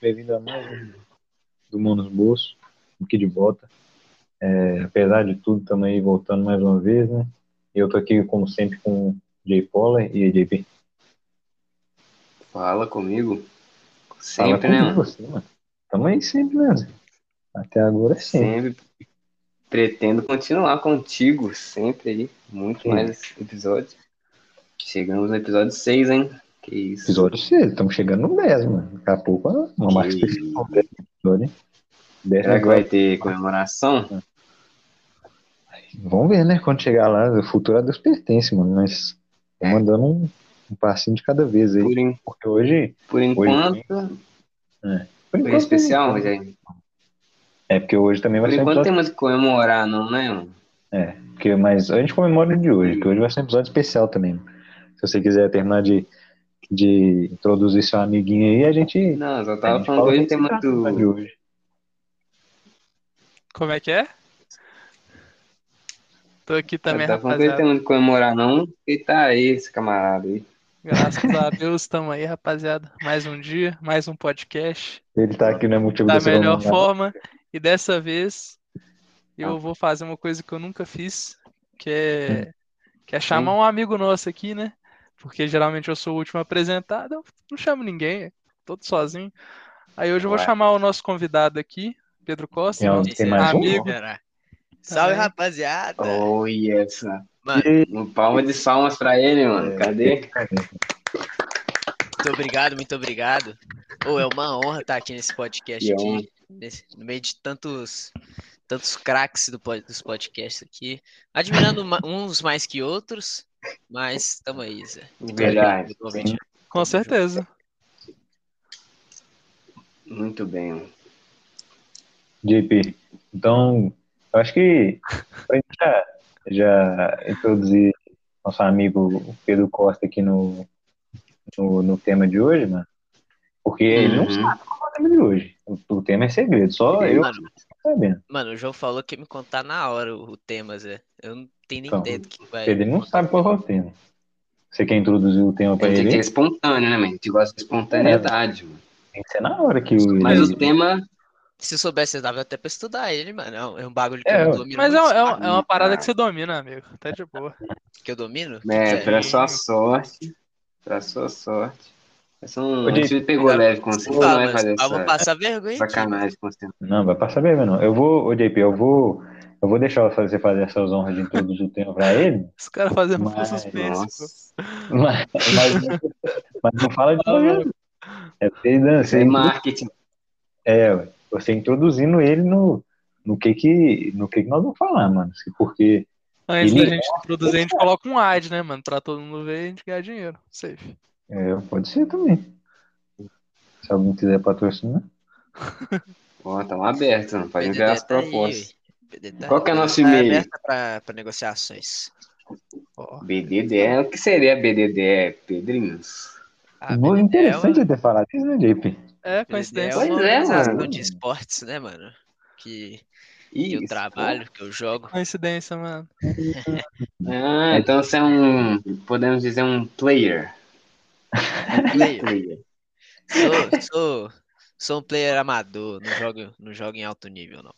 bem-vindo a mais um do Manos Bolso, aqui um de volta. É, apesar de tudo, estamos aí voltando mais uma vez, né? Eu tô aqui, como sempre, com o Jay Poller e a JP. Fala comigo. Fala Sempre, né, comigo, mano? você, mano. Tamo aí sempre, né? Zé? Até agora é sempre. Sempre. Pretendo continuar contigo, sempre aí. Muito Sim. mais episódios. Chegamos no episódio 6, hein? Que isso. Episódio 6, estamos chegando no 10, mano. Daqui a pouco, uma marca Que- especial do 10 episódio, hein? 10 Será que agora. vai ter comemoração? Vamos ver, né? Quando chegar lá, o futuro a Deus pertence, mano. Mas tô É. mandando um, um passinho de cada vez aí. Por, en- Porque hoje. por enquanto, Por foi especial, tem- Rogério. É, porque hoje também vai Por ser um enquanto episódio. tem muito o que comemorar, não, né, mano? É, porque, mas a gente comemora o de hoje, que hoje vai ser um episódio especial também. Se você quiser terminar de, de introduzir seu amiguinho aí, a gente. Não, eu só a tava gente falando fala que hoje o tem que um. se trata de muito. hoje. Como é que é? Tô aqui também, é eu tava falando que hoje tem rapaziada. muito o que comemorar, não. E tá aí, esse camarada aí. Graças a Deus, estamos aí, rapaziada. Mais um dia, mais um podcast Ele tá aqui, não é motivo da dessa melhor comemoração. forma. E dessa vez eu vou fazer uma coisa que eu nunca fiz, que é, que é chamar um amigo nosso aqui, né? Porque geralmente eu sou o último apresentado, eu não chamo ninguém, é todo sozinho. Aí hoje eu vou Ué. chamar o nosso convidado aqui, Pedro Costa, Tem nosso alguém- tem mais um? amigo. Será? Salve, Também. rapaziada! É. Oh, yes. Mano, Um palma de salmas pra ele, É. mano. Cadê? muito obrigado, muito obrigado. Ô, é uma honra estar aqui nesse podcast Que honra. aqui, nesse- no meio de tantos tantos craques do, pod- dos podcasts aqui. Admirando ma- uns mais que outros, mas estamos aí, Zé. Verdade. Muito obrigado pelo convite. Com certeza. Muito bem. mano. JP. Então, eu acho que pra gente já, já introduzir nosso amigo Pedro Costa aqui no, no, no tema de hoje, mano. Porque ele não Uhum. sabe qual é o tema de hoje. O, o tema é segredo, só eu Mano, sabendo. mano, o João falou que ia me contar na hora o, o tema, Zé. Eu não tenho nem Então, ideia do que vai. Pedro ele não sabe qual é o tema. Você quer introduzir o tema pra Tem ele? é que ser Tem espontâneo, né, mano? A gente gosta de espontaneidade, mano. que ser na hora que o. Mas ele- o tema. Se eu soubesse, eu dava até pra estudar ele, mano. É um, é um bagulho que É, ué. eu não domino. Mas é, muito, é uma- sabe, é uma parada cara. que você domina, amigo. Tá de boa. Que eu domino? É, Zé. pra sua sorte. Pra sua sorte. Essa não. Ô, Di, Você pegou agora- leve com você. Não é Fala, vai mas- fazer mas eu vou essa passar vergonha aqui. sacanagem com você. Não, vai passar bem, não. Eu vou, ô JP, eu vou. Eu vou deixar você fazer essas honras de introduzir o tema pra ele. Os caras fazendo full Mas, suspense, Nossa. Mas, mas- mas não fala de pô. nada. É você, né, você, Sem marketing. é, ué, você introduzindo ele no, no, que que, no que que nós vamos falar, mano. Se- Porque Antes Ele da gente introduzir, a gente coloca um ad, né, mano? Pra todo mundo ver e a gente ganhar dinheiro. Safe. é, pode ser também. Se alguém quiser patrocinar. Ó, tamo aberto, mano. Pode PDD enviar as tá aí, propostas. PDD tá Qual que é aí. nosso Tá e-mail? aberta pra, pra negociações. Ó. BDD. é, O que seria BDD, é, Pedrinhos? Ah, Bom, PDD é interessante uma- ter falado isso, né, JP? É, PDD coincidência. É uma Pois é, organização mano. de esportes, né, mano? Que, que Ih, eu trabalho, que eu jogo. Coincidência, mano. Ah, então você é um. Podemos dizer um player. Player. Player. Sou, sou, sou um player amador, não jogo, não jogo em alto nível, não.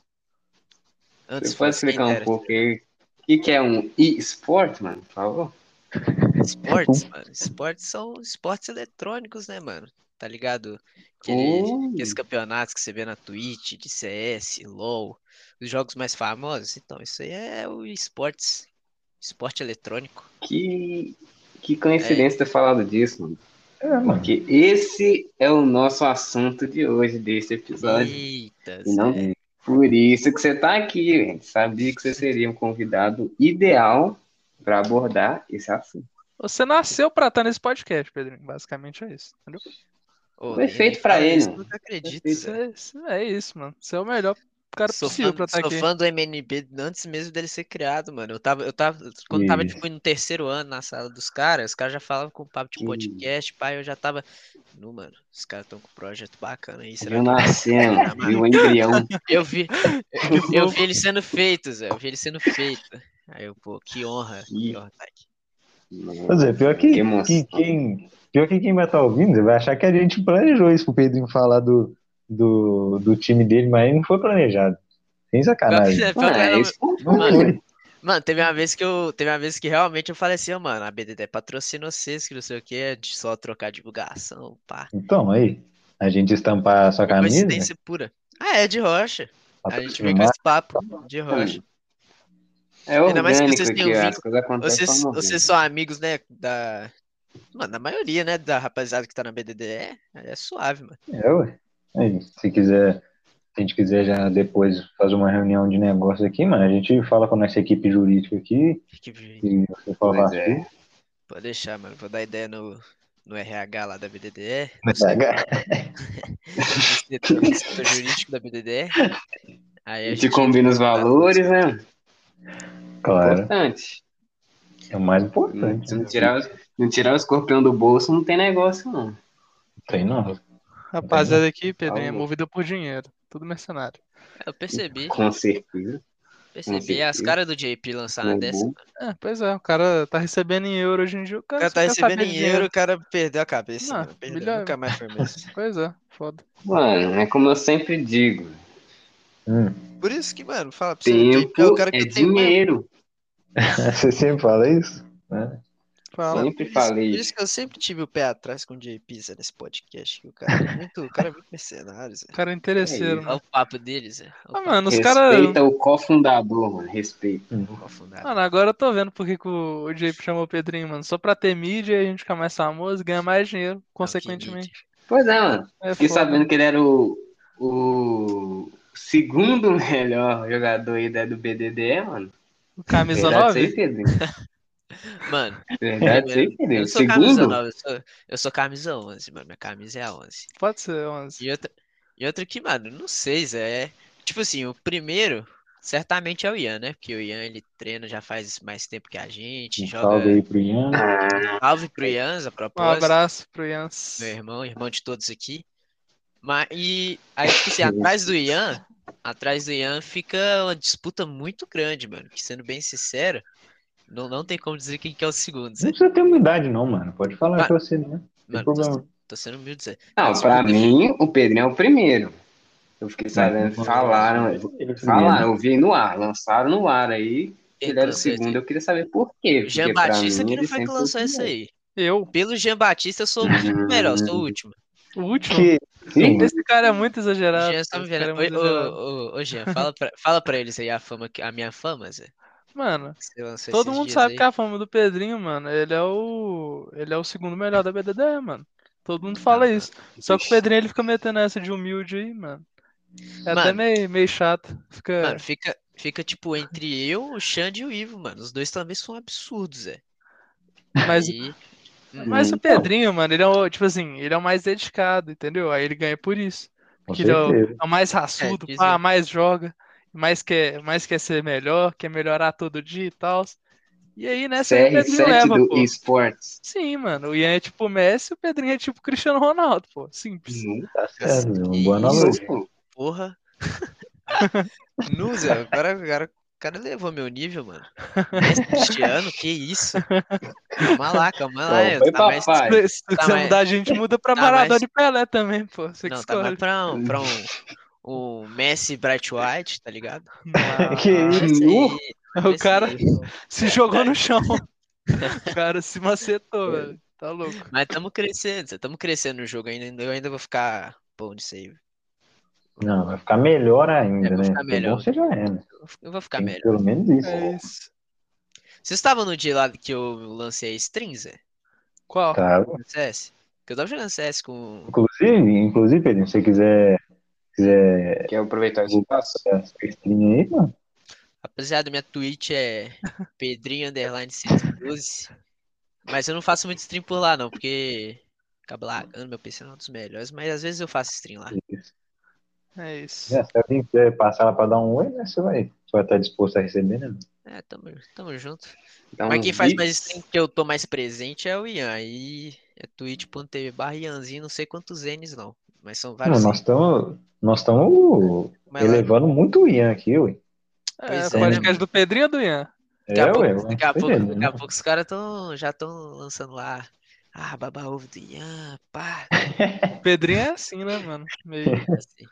Antes Você pode fosse, quem explicar um dera. pouco aí o que, que é um e-sport, mano, por favor? Esportes, um mano. Esportes são esportes eletrônicos, né, mano? Tá ligado? Aquele, Ui. Aqueles campeonatos que você vê na Twitch, de CS, LoL, os jogos mais famosos. Então, isso aí é o esportes, esporte eletrônico. Que, que coincidência É. ter falado disso, mano. É, mano. Porque esse é o nosso assunto de hoje, desse episódio. Eita, E não- Zé. Por isso que você tá aqui, velho. Sabia que você seria um convidado ideal para abordar esse assunto. Você nasceu pra estar nesse podcast, Pedrinho. Basicamente é isso. Entendeu? Ô, Foi nem- feito nem pra fala ele, isso, mano. Nunca acredito, Foi Zé. Você- você- é isso, mano. Você é o melhor cara Sou possível fã, pra estar sou aqui. fã do MNB antes mesmo dele ser criado, mano. Eu tava, eu tava, quando tava Isso. tipo no terceiro ano na sala dos caras, os caras já falavam com o papo de Que podcast, pai, eu já tava, não, mano, os caras estão com um projeto bacana aí, será Viu que nascendo, viu o embrião. Eu vi, eu vi ele sendo feito, Zé. Eu vi ele sendo feito. Aí eu, pô, que honra. Que honra tá aqui. Pois é, pior que, Que emoção. tá que quem, pior que quem vai estar ouvindo vai achar que a gente planejou isso pro Pedrinho falar do, do, do time dele, mas não foi planejado. Sem sacanagem. Pior que Ah, era- é isso. Não mano, foi. Mano, teve uma vez que eu, teve uma vez que realmente eu falei assim, ó, mano, a BDT patrocina vocês, que não sei o que, é de só trocar divulgação, pá. Então, aí, a gente estampar a sua Foi camisa, coincidência pura. Ah, é de rocha. A gente vem com patrocinar, esse papo de rocha. É Ainda mais que orgânico vocês aqui, tenham as vínculo. coisas acontecem Vocês, de forma vocês são amigos, né, da... Mano, a maioria, né, da rapaziada que tá na BDD é, é suave, mano. é, ué. Aí, se quiser, se a gente quiser já depois fazer uma reunião de negócio aqui, mano, a gente fala com a nossa equipe jurídica aqui, Fique- e você fala Pois é. assim, Pode deixar, mano. Vou dar ideia no, no RH lá da BDDE, é, no setor, no setor jurídico da BDDE. A é. Aí É, a gente gente tá- combina os valores, né? claro, Importante. é o mais Não, se importante. não tirar, os- não tirar o escorpião do bolso não tem negócio, Hum? não. Tem não. Rapaziada aqui, Pedrinho, é Alô. movida por dinheiro. Tudo mercenário. Eu percebi, Com certeza. percebi. As certeza. caras do JP lançar Não na é Tá dessa. bom. mano. É, pois é, o cara tá recebendo em euro hoje em dia. O O cara, cara tá só quer saber recebendo de em euro, o cara perdeu a cabeça. Não, mano. Perdeu, melhor- Nunca mais foi mais. Pois é, foda. Mano, é como eu sempre digo. Hum, Por isso que, mano, fala pra você. o Tempo JP é o cara que é eu tenho mais. dinheiro. você sempre fala isso? Fala. Por Sempre isso- falei Por isso. isso que eu sempre tive o pé atrás com o JP Zé, nesse podcast. Que o cara é muito, o cara é muito mercenário, Zé. O cara é interesseiro, É Olha mano. o papo deles, Zé. Olha Ah, o papo mano, os caras. Respeita o cofundador, mano. Respeita. afundado. Mano, agora eu tô vendo porque que o o JP chamou o Pedrinho, mano. Só pra ter mídia e a gente ficar mais famoso, ganhar mais dinheiro, consequentemente. Pois é, mano. É Fiquei foda. sabendo que ele era o, o segundo melhor jogador aí da- do BDDE, mano. Camisa Verdade, isso 9? aí, Pedrinho. Mano, Verdade, isso aí, É, eu Pedrinho. não sou camisa Segundo, 9, eu sou, eu sou camisa 11, mano. Minha camisa é a 11. Pode ser 11. E outra, e outra que, mano, não sei, Zé. é- Tipo assim, o primeiro certamente é o Ian, né? Porque o Ian ele treina já faz mais tempo que a gente. Um joga salve aí pro Ian. salve pro Ian, a Um propósito. abraço pro Jans. Meu irmão, irmão de todos aqui. Mas, e aí, tipo assim, atrás do Ian, atrás do Ian fica uma disputa muito grande, mano. Que sendo bem sincero, não, não tem como dizer quem que é o segundo, Não Zé. precisa ter humildade, não, mano. Pode falar Mas- que você, né? Não tem Mano, problema. tô, tô sendo humilde, Zé. Não, pra mim, o Pedrinho é o primeiro. Eu fiquei sabendo, né? falaram, Ele falaram, eu vi no ar, lançaram no ar aí, Quem ele era o lançou esse segundo, aí? eu queria saber por quê. porque Então, Jean pra Batista mim, que não ele foi que sempre lançou foi o isso primeiro. Uhum. aí. Eu, Pelo Jean Batista, eu sou o último melhor, eu sou o último. o último. Que... Sim, Esse cara é muito exagerado. Jean, tá me esse cara é vendo? muito Ô, exagerado. ô, ô, ô, Jean, fala pra, fala pra eles aí a fama, que- a minha fama, Zé. Mano, que você lançou todo esses mundo dias sabe aí. que a fama do Pedrinho, mano, ele é o. Ele é o segundo melhor da BDD, mano. Todo mundo fala Não, isso. Só que o Pedrinho ele fica metendo essa de humilde aí, mano. É até Mano. meio, meio chato. Fica. Mano, fica, fica tipo entre eu, o Xande e o Ivo, mano. Os dois também são absurdos, Zé. mas Aí, Mas Uhum. o Então. Pedrinho, mano, ele é o, tipo assim, ele é o mais dedicado, entendeu? Aí ele ganha por isso. com que ele é o, certeza. é o mais raçudo, É, isso pá, é. mais joga, mais quer, mais quer ser melhor, quer melhorar todo dia e tal. E aí, nessa aí o Pedrinho CR7 leva, do pô. eSports. Sim, mano. O Ian é tipo o Messi, o Pedrinho é tipo o Cristiano Ronaldo, pô. Simples. Tá certo, Nossa, uma que boa isso, analogia. Hum, Pô, porra. Nu, Zé, o cara, o cara, o cara levou meu nível, mano. Mestre Cristiano, que isso? Calma lá, calma lá. Não, eu- foi tá mais- papai. Se- Se Tá, você mas- mudar, a gente muda pra Tá, Maradona mas- e Pelé também, pô. Você que Não, tá mais escolhe. pra um, pra um, um Messi Bright White, tá ligado? Que isso? Esse Nu? aí- Não, Hum, uh, o esse cara aí. se jogou no chão. O cara se macetou, velho. Tá louco. Mas estamos crescendo, estamos crescendo no jogo ainda. Eu ainda vou ficar bom nisso aí. Não, vai ficar melhor ainda, É, vai né? ficar Porque bom melhor. você já é, né? Eu vou ficar Tem melhor. Pelo menos isso. É isso. Vocês estavam no dia lá que eu lancei a string, Zé? Qual? Tá. No CS? Que eu tava jogando CS com. Inclusive, inclusive, Pedrinho, se você quiser, quiser Quer aproveitar o espaço? essa stream aí, mano, Rapaziada, minha Twitch é Pedrinho Underline 112. Mas eu não faço muito stream por lá, não, porque acaba lagando, meu PC não é um dos melhores, mas às vezes eu faço stream lá. É isso. né, se alguém quiser passar lá pra dar um oi, né, você vai, você vai estar disposto a receber, né? mano? É, tamo, tamo junto. Dá Mas um quem faz bico. mais stream que eu tô mais presente é o Ian. Aí é twitch.tv barra Ianzinho, não sei quantos N's não. Mas são vários. Não, é nós estamos nós estamos Mas lá- elevando muito o Ian aqui, ué. É, Pois é, né, podcast mano? do Pedrinho ou do Ian? É, Daqui a ué, pouco, mas daqui a foi pouco- ele, né? daqui a pouco os caras tão, já estão lançando lá Ah, baba ovo do Ian, pá. O Pedrinho é assim, né, mano? Meio, assim.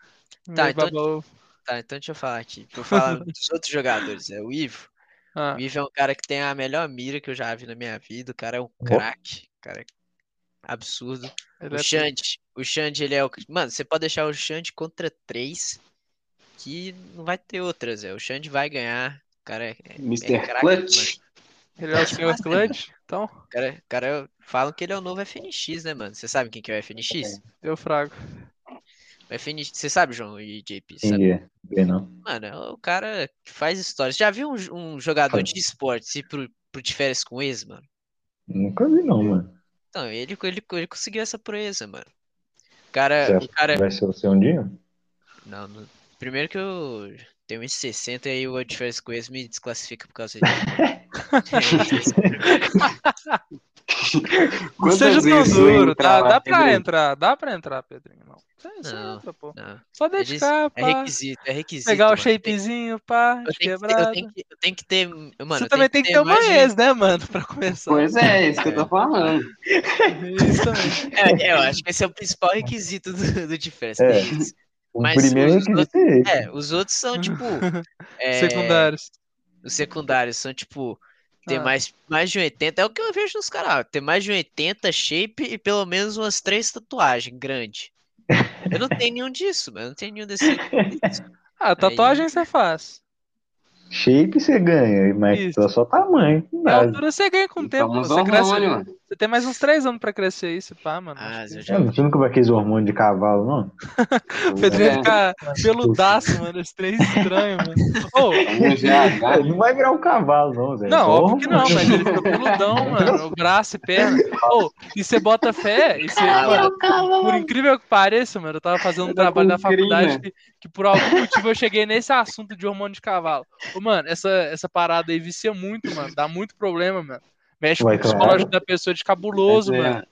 meio então- baba ovo. Tá, então deixa eu falar aqui. Vou falar dos outros jogadores. É o Ivo. Ah, O Ivo é um cara que tem a melhor mira que eu já vi na minha vida. O cara é um Boa. craque. O Cara, é absurdo. ele O é- Xande. O Xande, ele é o. Mano, você pode deixar o Xande contra três. Que não vai ter outras, é. O Xande vai ganhar. O cara é. é Mr. craque, Clutch. ele é o senhor Clutch, então mano. O cara, o cara é- falam que ele é o novo FNX, né, mano? Você sabe quem que é o FNX? deu frago. O FNX, É você sabe, João e JP? Sabe? Entendi. Bem, não. Mano, é o cara que faz histórias. Já viu um, jo- um jogador de esportes ir pro, pro de férias com ex, mano? Nunca vi, não, mano. Então, ele, ele, ele conseguiu essa proeza, mano. O cara. Já- O cara Vai ser o seu um dia? não, não- primeiro que eu tenho 1,60 e aí o de férias com ex me desclassifica por causa disso. Não Quantas seja tão vezes eu duro, tá? entrava, Dá pra Pedrinho? entrar, dá pra entrar, Pedrinho. Não. Você- você Não. entra, é pô. Não, Só É disso- dedicar, é pá. requisito, é requisito. Pegar o mano. Eu tenho- shapezinho, pá, Eu de tenho, que ter, eu, quebrada. tenho que, eu tenho que ter. Mano, eu Você tenho também tem que ter uma mais de- ex, né, mano? Pra começar. Pois é, isso que eu tô falando. Isso também. É, eu acho que esse é o principal requisito do, do de férias. É. tem isso. O Mas primeiro os requisito é esse. É, os outros são, tipo. é, Secundários. Os secundários são, tipo, ter Ah. mais, mais de um 80. É o que eu vejo nos caras. Ter mais de um 80 shape e pelo menos umas três tatuagens grandes. Eu não tenho nenhum disso, mano. Eu não tenho nenhum desse. Ah, tatuagem você faz. Shape você ganha, mas Isso. pelo só tamanho. Não E a dá. É altura você ganha com o tempo. Vamos Você, cresce- hormônio, mano. você tem mais uns três anos pra crescer isso, pá, mano. Ah, Acho eu que- já- É, você nunca vai aqueles hormônios de cavalo, não? O Pedrinho É. ia ficar peludaço, mano. Esse trem é estranho, mano. Ô, Vamos já, É, já. Não vai virar um cavalo, não, É Zé. Não, Só óbvio que não, hormônio. mas ele fica peludão, mano. O braço e perna. Ô, e você bota fé, e você, Ah, mano, por incrível que pareça, mano, eu tava fazendo um Eu tô trabalho da Tá com crina. faculdade que, que por algum motivo eu cheguei nesse assunto de hormônio de cavalo. Ô, mano, essa, essa parada aí vicia muito, mano. Dá muito problema, mano. Mexe com Ué, o claro. psicológico da pessoa de cabuloso, É, mano.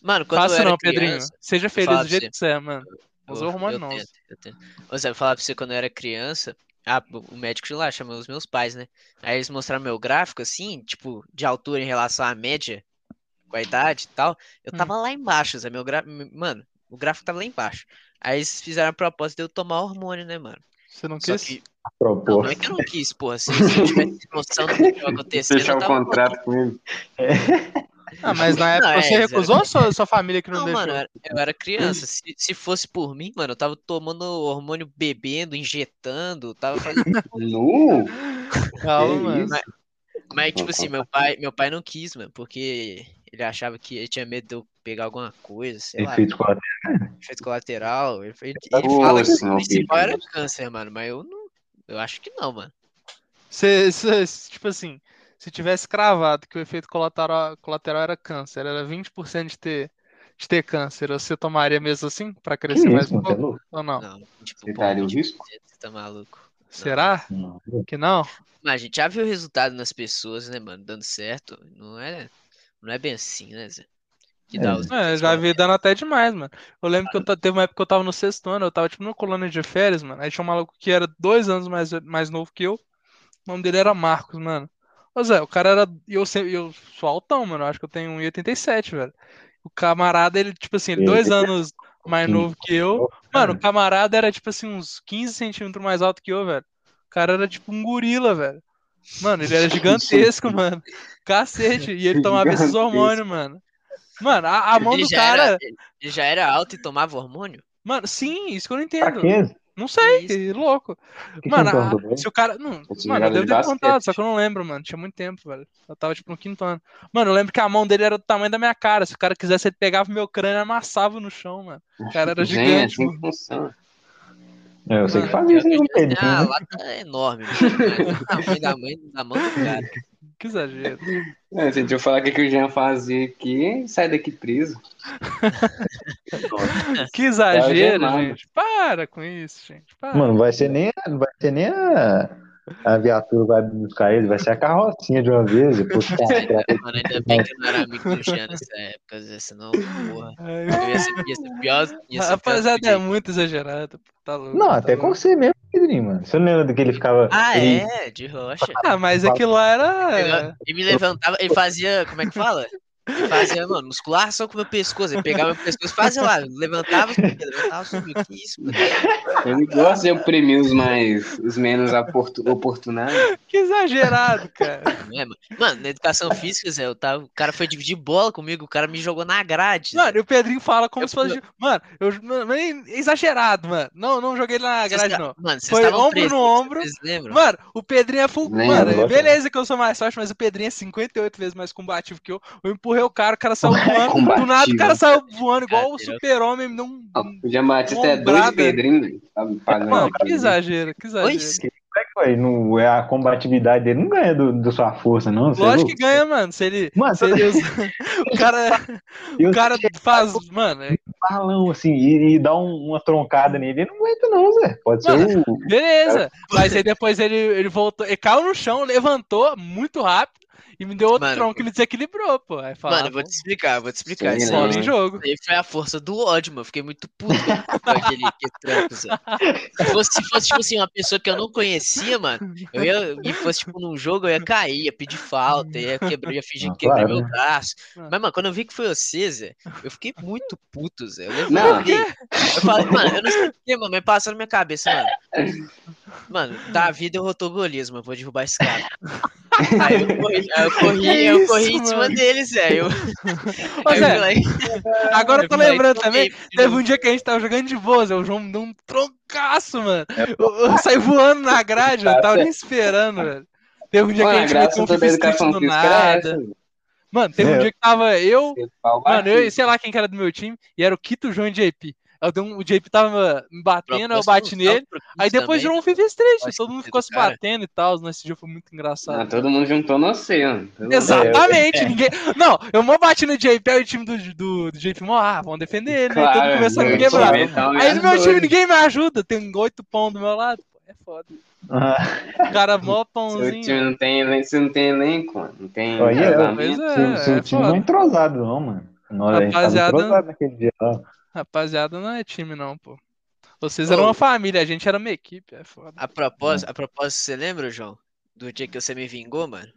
Mano, quando eu Faça era não, Pedrinho. criança. Seja feliz falar do pra jeito você. que você é, mano. Não usa eu- hormônio, eu não. tento, eu tento. Ô, Zé, vou falar pra você quando eu era criança. Ah, o médico de lá chamou os meus pais, né? Aí eles mostraram meu gráfico, assim, tipo, de altura em relação à média, com a idade e tal. Eu Hum. tava lá embaixo, Zé. Meu gra... Mano, o gráfico tava lá embaixo. Aí eles fizeram a proposta de eu tomar hormônio, né, mano? Você não Só quis? que. Não, não Propor. é que eu não quis, porra. Se, se eu tivesse noção do que tava acontecendo, Fechar eu o tava. contrato com ele. Ah, mas na época Não, é, você Zé. recusou ou sua, sua família que não, Não, deixou? mano, eu era- eu era criança. Se, se fosse por mim, mano, eu tava tomando hormônio bebendo, injetando, tava fazendo. Nu? Calma, Que mano. isso? Mas- Mas, tipo Não, assim, meu pai, meu pai não quis, mano, porque ele achava que ele tinha medo de eu pegar alguma coisa, sei lá, Efeito colateral. efeito colateral. Ele, ele- Ô, ele fala que o senhor principal Pedro. era câncer, mano, mas eu não. Eu acho que não, mano. Se, se- se- tipo assim, se tivesse cravado que o efeito colateral, colateral era câncer, era 20% de ter, de ter câncer, você tomaria mesmo assim pra Que crescer mais isso, um mano? Você é pouco? louco? Ou não? Não, tipo, Você pô, daria o 20%, risco? Você tá maluco. Será Não. que não? Mas a gente já viu o resultado nas pessoas, né, mano, dando certo. Não é, não é bem assim, né, Zé? Que dá É. os É, eu já vi dando até demais, mano. Eu lembro que eu ta- teve uma época que eu tava no sexto ano, eu tava tipo numa colônia de férias, mano. Aí tinha um maluco que era dois anos mais, mais novo que eu. O nome dele era Marcos, mano. Ô Zé, o cara era. e Eu, sempre- eu sou altão, mano. Eu acho que eu tenho 1,87, velho. O camarada, ele, tipo assim, ele dois anos mais novo que eu. Mano, o camarada era, tipo assim, uns 15 centímetros mais alto que eu, velho. O cara era tipo um gorila, velho. Mano, ele era gigantesco, mano. Cacete. E ele tomava esses Gigantesco. hormônios, mano. Mano, a, a mão Ele do já cara. era- ele já era alto e tomava hormônio? Mano, sim, isso que eu não Pra entendo. quê? Não sei, Que que louco. Por que é Mano, você não a- perguntou pra ele? se o cara. Não, Esse mano, eu jogador devo de ter basquete. contado, só que eu não lembro, mano. Tinha muito tempo, velho. Eu tava, tipo, no quinto ano. Mano, eu lembro que a mão dele era do tamanho da minha cara. Se o cara quisesse, ele pegava meu crânio e amassava no chão, mano. O cara era Gente, é gigante, assim mano. que funciona. É, Eu sei que Mano, fazia isso aí com o É uma Pedrinho. né? lata enorme, mano. Mas tamanho da mãe da mão do cara. Que exagero. É, gente, eu falar o que, que o Jean fazia aqui, sai daqui preso. É Que exagero, gemado. gente. Para com isso, gente. Para. Mano, não vai ser nem, a- não vai ser nem a, a viatura que vai buscar ele, vai ser a carrocinha de uma vez. depois que tá atrás. Mano, ainda bem que eu não era amigo do Jean nessa época, Zé, senão, porra. Ai, Eu ia ser, ia ser pior. Ia ser pior do Rapaziada, que é o muito exagerado. pô. Tá louco. Não, tá até com louco. você mesmo, Pedrinho, mano. Você não lembra do que ele ficava. Ah, ele- é, de rocha. Ah, mas aquilo lá era. Ele me levantava, ele fazia, como é que fala? Fazia, mano, muscular só com meu pescoço. Eu pegava meu pescoço, fazia lá, levantava, subia, levantava, subia. Que isso, mano? É, Ele gosta de oprimir os mais, os menos aportu- oportunados. Que exagerado, cara. Não é, mano? Mano, na educação física, Zé, eu tava, o cara foi dividir bola comigo, o cara me jogou na grade. Zé. Mano, e o Pedrinho fala como Eu- se fosse. Mano, eu mano, nem- exagerado, mano. Não, não joguei ele na Vocês grade, ta- não. Mano, vocês Foi estavam ombro presos, no ombro. Vocês lembram? Mano, o Pedrinho é full. Nem mano, agora. beleza que eu sou mais forte, mas o Pedrinho é 58 vezes mais combativo que eu. Eu empurrei o cara, o cara saiu voando. Do Combativo. Ah, nada o É cara saiu voando igual o Brincadeira. super-homem. me deu um- Ó, O Jean Batista é dois né? Tá Ombrada. Pedrinho, sabe? Fazendo Mano, que isso. exagero, que Oi, exagero. Como é que foi? Não, é a combatividade dele não ganha do, do sua força, não. você é Lógico louco? que ganha, mano. Se ele. Mano, se ele usa- o cara, E o o cara faz. Mano, é- balão, assim, e, e dá um- uma troncada nele, ele não aguenta, não, Zé. Pode ser Mano, o. beleza. Mas aí depois ele, ele voltou. Ele caiu no chão, levantou muito rápido e me deu outro Mano, tronco que ele desequilibrou, pô. Aí fala, "Ah, Mano, eu vou te explicar, eu vou te explicar. Sim, Isso né? aí, fora do jogo. isso aí foi a força do ódio, mano. Eu Fiquei muito puto quando foi aquele aquele trampo, Zé. Se fosse, se fosse, tipo assim, uma pessoa que eu não conhecia, mano, eu ia, e fosse, tipo, num jogo, eu ia cair, ia pedir falta, ia quebrar, ia fingir Ah, que quebrei claro. meu braço. Mano. Mas, mano, quando eu vi que foi você, Zé, eu fiquei muito puto, Zé. Eu levantei. Não. Eu falei, mano, eu não sei o que, mano, mas passou na minha cabeça, mano. Mano, Davi derrotou o Golias, mano, vou derrubar esse cara. Aí eu corri, aí eu corri, Que eu isso, corri em cima mano? dele, Zé. Eu, Ô, eu Zé, fui lá e- Agora eu tô fui lá e lembrando também. tomei, filho. Teve um dia que a gente tava jogando de boa, Zé, o João me deu um troncaço, mano. Eu, eu saí voando na grade, eu tava nem esperando, velho. Teve um dia que Mano, a a gente graça meteu um toda da fisquete educação do física era essa. nada. Mano, teve um É. dia que tava eu, você né? pau mano, eu e batido. sei lá quem que era do meu time, e era o Kito, o João e o JP. Eu dei um- o JP tava me batendo, eu um Propósito bati não, nele. propósito Aí depois também. virou um Fives triste, Acho todo que mundo do ficou se cara. batendo e tal. Nesse dia foi muito engraçado. Ah, todo mundo juntou no C, mano. Todo mundo- né? Exatamente, ninguém. Não, eu mó bati no JP, aí o time do, do, do JP, mó, ah, vão defender ele, né? Todo começou a me meu quebrar. time tá Aí no meu doido. time ninguém me ajuda, tem um oito pão do meu lado, pô, é foda. Ah, O cara mó Seu pãozinho. time não tem, elen- você não tem elenco, mano. Não tem Olha, casamento. Pois é, seu seu é time não é foda. entrosado, não, mano. Nós, a gente tava Rapaziada. entrosado naquele dia lá. Rapaziada, não é time não, pô. Vocês eram Ô. uma família, a gente era uma equipe, é foda. A propósito, a propósito, você lembra, João? Do dia que você me vingou, mano?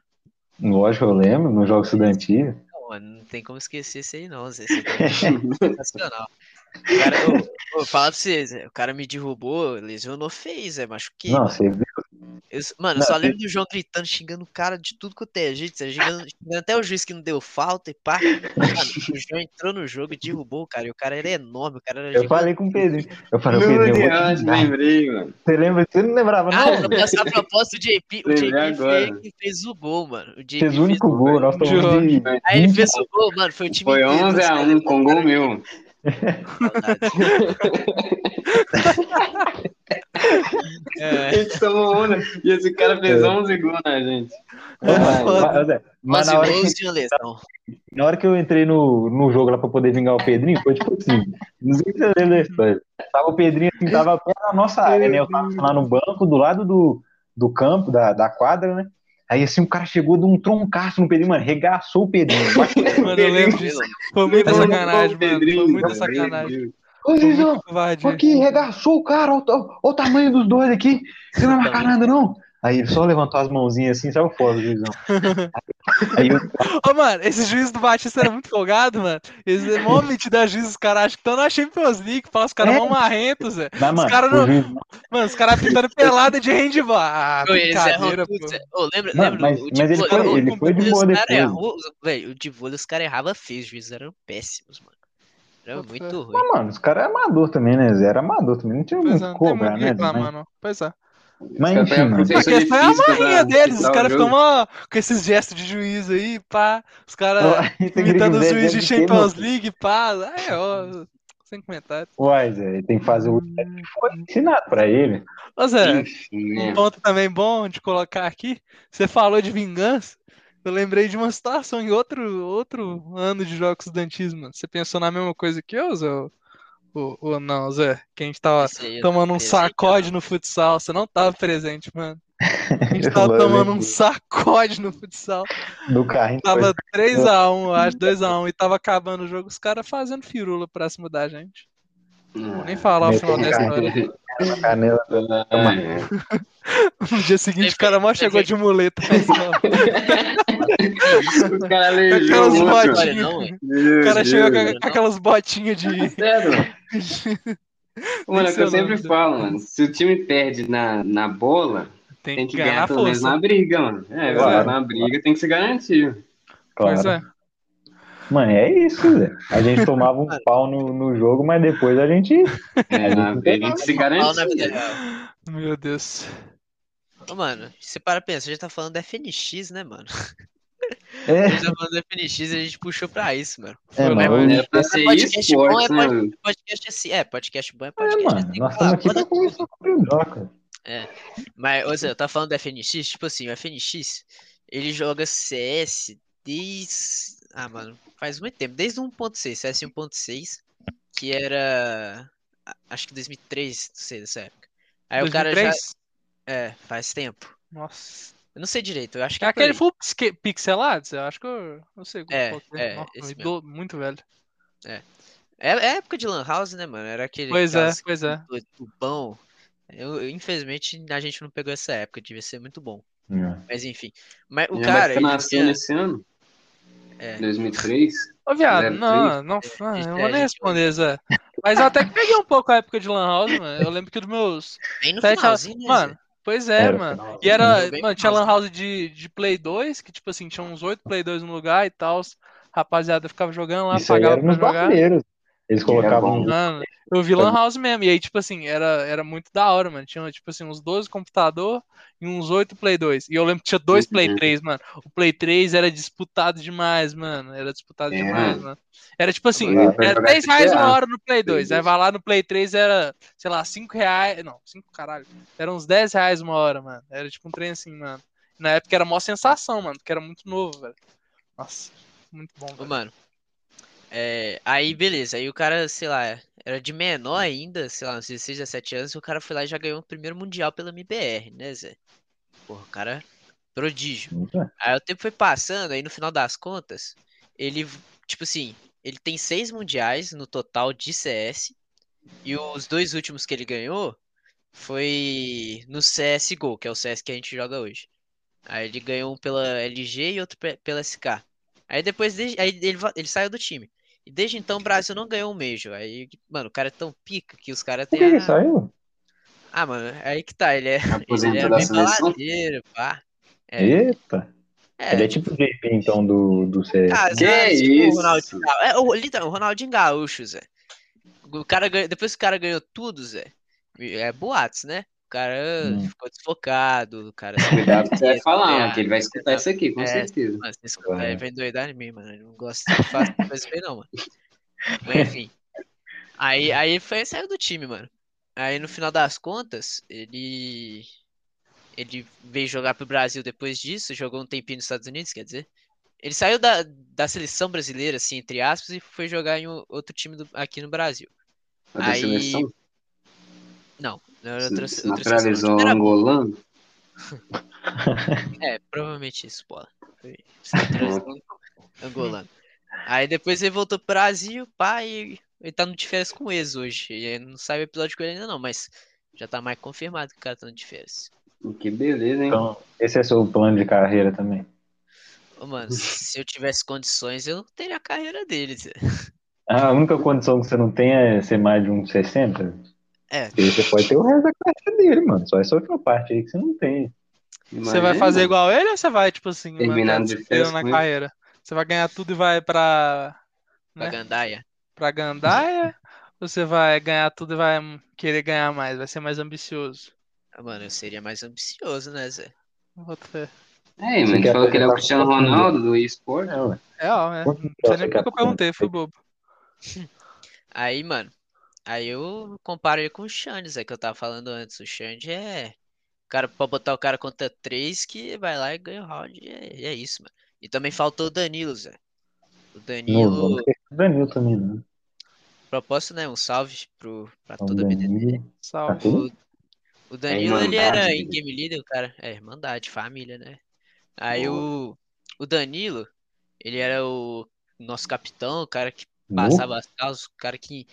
Lógico, eu lembro, no jogo estudantil. Não, mano, não tem como esquecer isso aí, não, Zé. Você tá sensacional. O cara, ô, ô, fala pra vocês, Zé, o cara me derrubou, lesionou fez, Zé, machuquei. Não, mano. você viu? Eu- mano, eu Não, só lembro do João gritando, xingando o cara de tudo quanto é jeito, Zé, xingando, xingando até o juiz que não deu falta e pá. Mano, o João entrou no jogo e derrubou o cara, e o cara era enorme, o cara era Eu gigante. falei com o Pedrinho. Eu falei, Não, Pedrinho, eu vou te adiante, vingar. é lembrei, mano. Você lembra? Você não lembrava, não? Ah, a propósito, a propósito, o JP, o Lembrei JP agora. fez, fez o gol, mano. O JP Fez é o único gol, nós tomamos de. Aí ele fez o gol, mano, foi o time Foi inteiro. 11 a nossa, 1 com gol meu. saudade. É, é. A gente tomou 11 e esse cara É. fez 11 gols na gente. Mas, mas, Zé, mas 11 na hora que gols e uma um, lesão. Na hora que eu entrei no, no jogo lá pra poder vingar o Pedrinho, foi tipo assim. Não sei se você lembra da história. Tava o Pedrinho assim, tava perto da nossa área, né? Eu tava lá no banco, do lado do, do campo, da, da quadra, né? Aí assim, o cara chegou de um troncaço no Pedrinho, mano, regaçou o Pedrinho. Bateu Mano, eu lembro disso. Foi muita Levou no sacanagem, gol, mano. um Pedrinho, tá Foi muita meu sacanagem. Deus. Ô, Foi Zizão, muito né? covardia. olha aqui, regaçou o cara, olha o, ta- olha o tamanho dos dois aqui. Você não vai marcar nada, não? Aí ele só levantou as mãozinhas assim, saiu fora do Juizão. Aí eu Ô, mano, esse juiz do Batista era muito folgado, mano. Esse mó da juiz, os caras acham que estão na Champions League, fala os caras É. mó marrentos, Zé. Mas, mano, caras não- o juiz Mano, os caras pintando pelada de handball. Ah, Ô, Eles brincadeira, erram pô. tudo, Zé. Ô, lembra, Não, lembra? mas- o mas de ele vôlei- foi- o- ele o foi de de boa vôlei os cara defesa. errou- Velho, o de vôlei os caras erravam fez, os juízes eram péssimos, mano. Era Bota fé. muito ruim. Mas, mano, os caras é amador também, né? Zé? Era amador também, não tinha muito Pois é, que não tem muito cobrar, o que né? reclamar, não. Pois é. Mas Os caras enfim, pegam mano. A professor de né? questão é a física marrinha pra deles, os apitar o caras jogo. ficam mó com esses gestos de juiz aí, pá. Os caras imitando os juízes de Champions League, pá. É, ó, sem comentário. Uai, Zé, tem que fazer o que foi ensinado pra ele. Ô, Zé, Enfim, um né? ponto também bom de colocar aqui. Você falou de vingança. Eu lembrei de uma situação em outro, outro ano de jogos estudantis, mano. Você pensou na mesma coisa que eu, Zé? Ou, ou- ou não, Zé? Que a gente tava Esse aí eu não tomando um pensei, cara. sacode no futsal. Você não tava presente, mano. A gente Eu tava lembro tomando um sacode no futsal. Do carrinho. Tava 3x1, eu acho, 2x1. E tava acabando o jogo, os caras fazendo firula pra cima da gente. Não né? Ah, vou nem falar o final dessa história. Uma canela. Ah, No dia seguinte, o cara mal chegou de muleta. na escola. é. Os caras Com aleijou aquelas o outro. botinhas. botinhas. Não, ué. O cara chegou Deus, com- com não. aquelas botinhas de. Sério? É, Mano, é o que eu Mencionando. sempre falo, mano. Se o time perde na, na bola, Tem tem que que ganhar na ganhar né? pelo menos força. na briga, mano. É, Claro. na briga tem que se garantir. Pois Claro. é. Mano, é isso, velho. A gente tomava um pau no, no jogo, mas depois a gente. É, na briga tem que se né, Fala na vida garantir. real. é, Meu Deus. Ô, mano, você para e pensa, a gente tá falando da FNX, né, mano? A É, gente tá falando da FNX e a gente puxou pra isso, mano. é Foi mano. longe. hoje- É pra ser Podcast bom é esportes, né? podcast. mano? Podcast assim, é, podcast bom é É, podcast. mano. assim, Nós fala, estamos aqui foda- pra conversar sobre o Doca. Mas, ou seja, eu tava falando da FNX, tipo assim, o FNX, ele joga CS desde. Ah, mano, faz muito tempo, desde um o 1.6, CS 1.6, que era. a- Acho que 2003, não sei dessa época. Aí o cara já. 2003? É, faz tempo. Nossa. Eu não sei direito, eu acho que É é por aquele aí. full pixel- pixelados? Eu acho que eu não sei É, qual que é, Nossa, esse me dou- muito velho. É, é época de Lan House, né, mano? Era aquele. Pois é, aquelas- pois é. do- Tubão. Eu, eu, infelizmente, a gente não pegou essa época, devia ser muito bom. É. Mas enfim. Mas o Minha cara. mãe ele É, nasceu tinha- nesse ano, é, 2003. Ô, viado, Zero não, não, não, eu Isso não é, vou nem gente, responder, Zé. Mas eu até que peguei um pouco a época de Lan House, mano. Eu lembro que dos meus. bem no sete a- finalzinho, né, Mano, pois é, Era o mano. final. E era, Jogou bem mano, no tinha Lan finalzinho. House de, de Play 2, que tipo assim, tinha uns oito Play 2 no lugar e tal. os Rapaziada ficava jogando lá, Isso aí pagava era pra nos jogar. barreiros. Eles colocavam. bom. Mano, eu vi Lan House mesmo. né? E aí, tipo assim, era, era muito da hora, mano. Tinha, tipo assim, uns 12 computador e uns 8 Play 2. E eu lembro que tinha dois Play Uhum. 3, mano. O Play 3 era disputado demais, mano. Era disputado É. demais, mano. Era tipo assim, Lá, pra era jogar 3 reais GTA. uma hora no Play Play 2. Aí vai lá no Play 3 era, sei lá, 5 reais. Não, 5 caralho. Era uns 10 reais uma hora, mano. Era tipo um trem assim, mano. Na época era mó sensação, mano, porque era muito novo, velho. Nossa, muito bom, Ô, velho. mano. é, aí, beleza. Aí o cara, sei lá, era de menor ainda, sei lá, uns 16, 17 anos. E o cara foi lá e já ganhou o primeiro mundial pela MBR, né, Zé? Porra, o cara, prodígio. é. Aí o tempo foi passando, aí no final das contas, ele, tipo assim, ele tem seis mundiais no total de CS. E os dois últimos que ele ganhou foi no CSGO, que é o CS que a gente joga hoje. Aí ele ganhou um pela LG e outro pe- pela SK. Aí depois, desde- aí ele, va- ele saiu do time. E desde então o Brasil não ganhou um Major. Aí, mano, o cara é tão pica que os caras Por têm. que a- ele saiu? Ah, mano, aí que tá, ele é. Ele Aposentou era da bem seleção. baladeiro, pá. É, Eita. é, Ele é tipo o JP, então, do, do CS. Cara, Que é, tipo, isso? O Ronaldinho, Gaúcho. é, o, literal, o Ronaldinho Gaúcho, Zé. O cara ganhou- depois que o cara ganhou tudo, Zé. É boatos, né? O cara Hum. ficou desfocado, o cara. Cuidado que você vai falar, mano, que ele vai É. escutar isso aqui, com É. certeza. Mano, se escutar, É. ele vai endoidar em mim, mano. Ele não gosta de fazer coisa bem, não, mano. Mas enfim. Aí, aí foi, saiu do time, mano. Aí no final das contas, ele. Ele veio jogar pro Brasil depois disso, jogou um tempinho nos Estados Unidos, quer dizer. Ele saiu da, da seleção brasileira, assim, entre aspas, e foi jogar em o- outro time do- aqui no Brasil. Outra Aí, seleção. Não, não era Se- Né, outra, se outra seleção. naturalizou um Era- angolano. É, provavelmente isso, bola. Foi- se naturalizou angolano. Aí depois ele voltou pro Brasil, pá, e ele tá no de férias com o ex hoje. E aí não saiu o episódio com ele ainda não, mas já tá mais confirmado que o cara tá no de férias. Que beleza, hein? Então, esse é seu plano de carreira também. Ô, mano, se eu tivesse condições, eu teria a carreira dele. Zé. A única condição que você não tem é ser mais de 1,60. É, E Você pode ter o resto da carreira dele, mano. Só essa última parte aí que você não tem. Você vai fazer Imagina. igual ele ou você vai, tipo assim, Terminando mandando de se festa fudendo na com ele. carreira? Você vai ganhar tudo e vai pra, pra Né? Gandaia. pra Gandaia? Ou você vai ganhar tudo e vai querer ganhar mais? Vai ser mais ambicioso? Ah, Mano, eu seria mais ambicioso, né, Zé? Boto fé. É, Você mano, quer falou que ele é o apresentar Cristiano qualquer coisa. Ronaldo do eSport. É, ué. É, ó, é. Não Quanto sei nem você porque quer eu perguntei, fui apresentar? bobo. Aí, mano, aí eu comparo ele com o Xande, Zé, que eu tava falando antes. O Xande é. O cara, pra botar o cara contra três que vai lá e ganha o round. E é, e é isso, mano. E também faltou o Danilo, Zé. O Não, é. vamos Danilo. esquecer do Danilo também, né? não. Propósito, né? Um salve pro, pra Então, toda a BDD. Danilo. Salve. Uhum. O, o Danilo, ele É irmandade, era né? em game leader, o cara. É, irmandade, família, né? Aí Boa. o, o Danilo, ele era o nosso capitão, o cara que Nu? passava as causas, o cara que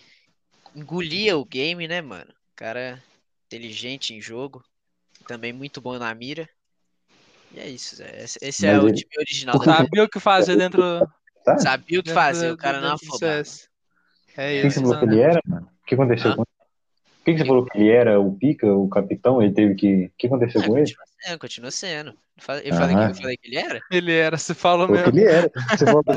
engolia o game, né, mano? Cara inteligente em jogo, também muito bom na mira. E é isso, Zé. Esse, esse é Mas o ele- time original da Sabia o que fazer dentro, Tá? O Sabia o que dentro fazer, do- o cara não dentro do afobava. CS. É que que você isso. falou que ele era, mano? O que aconteceu Hã? com ele? Por que que você falou que ele era o pica, o capitão? Ele teve que. O que aconteceu Ah, com ele? continua sendo, continua sendo. Eu falei, eu falei que, Ah. eu falei que ele era? Ele era, você falou Falou que mesmo. ele era. Você falou que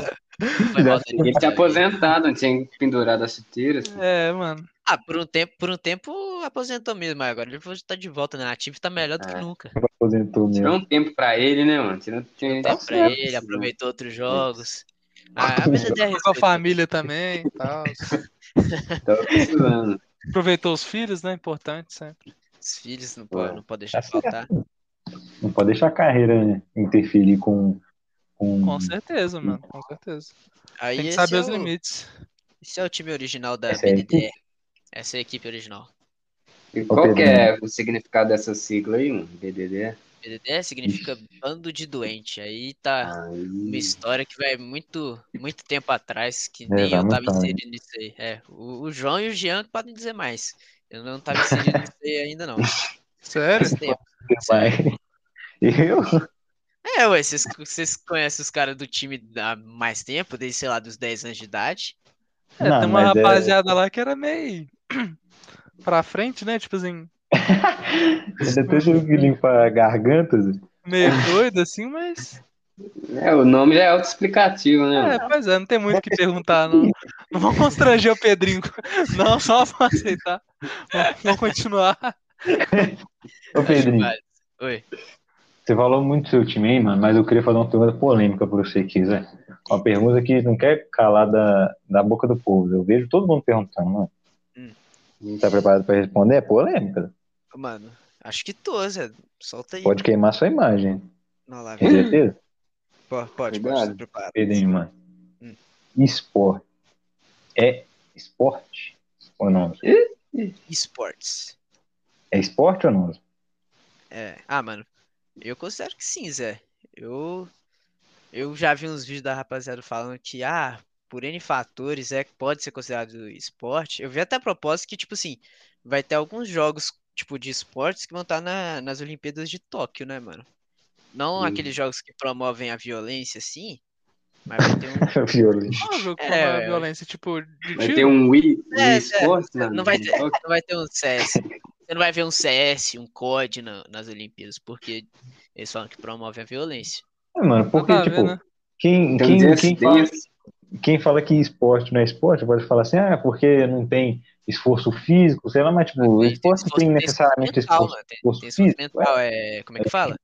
Foi mal dele. Ele tinha aposentado, não tinha pendurado as chuteiras. É, mano. Ah, por um tempo, por um tempo aposentou mesmo, mas agora ele tá de volta na ativa e tá melhor do que É. nunca. aposentou mesmo. Tirou um tempo pra ele, né, mano? Tirou um tempo Deu pra ele, aproveitou outros jogos. Ah, a mesa até Tá Com a respeitou. família também e tal. Tava precisando. Aproveitou os filhos, né? Importante sempre. Os filhos não Ué. pode, não pode deixar Tá certo. faltar. Não pode deixar a carreira interferir com. Com, Com certeza, mano. Com certeza. Aí Tem que esse, saber é os o, limites. esse é o time original da Essa é a BDDR. Essa é a equipe original. E qual que é o significado dessa sigla aí, mano? BDD? BDDR significa bando de doente. Aí Ah, tá uma Aí. história que vai muito, muito tempo atrás, que É, vai nem eu tava muito longe. inserido nisso aí. É, o, o João e o Jean podem dizer mais. Eu não tava inserido nisso aí ainda, não. Sério? Faz tempo. Vai. Eu? É, ué, vocês, vocês conhecem os caras do time há mais tempo, desde, sei lá, dos 10 anos de idade. É, Não, tem uma mas é- rapaziada lá que era meio pra frente, né? Tipo assim, Ainda tô achando que limpa gargantas. meio doido assim, mas. É, o nome já é autoexplicativo, né, É, mano? pois é, não tem muito o que perguntar, não. Não vamos constranger o Pedrinho. Não, só pra aceitar. Vamos- Vamos continuar. Ô, Pedrinho, Acho que- Oi. você falou muito do seu time aí, mano, mas eu queria fazer uma pergunta polêmica pra você aqui, Zé. Uma pergunta que não quer calar da, da boca do povo. Eu vejo todo mundo perguntando, mano. Hum. Tá preparado pra responder? É polêmica. Mano, acho que tô, Zé. Solta aí. Pode queimar sua imagem. Não, lá Com vem. certeza? Pode, pode, pode. Cuidado. Tô preparado. Pedrinho, mano. Hum. Esporte. É esporte ou não? Esportes. É esporte ou não? É. Ah, mano. Eu considero que sim, Zé. Eu, eu já vi uns vídeos da rapaziada falando que, ah, por N fatores é que pode ser considerado esporte. Eu vi até a proposta que, tipo assim, vai ter alguns jogos, tipo, de esportes que vão estar na- nas Olimpíadas de Tóquio, né, mano? Não Hum. aqueles jogos que promovem a violência, assim, mas vai ter um. Violência. Qual é o jogo com É, a ué. violência? Tipo, de Vai tiro? ter um Wii, É, Wii é, Sports, mano? Não vai ter, não vai ter um CS. Você não vai ver um CS, um COD na- nas Olimpíadas, porque eles falam que promovem a violência. É, mano, porque, Nada a ver, tipo, né? quem, Tem um quem, quem Just fala Dance. quem fala que esporte não é esporte pode falar assim, ah, porque não tem esforço físico, sei lá, mas tipo, Tem- tem esporte esforço- tem tem necessariamente tipo. mental, esforço. mano, Tem, esforço tem esforço físico, mental, é, como é que fala?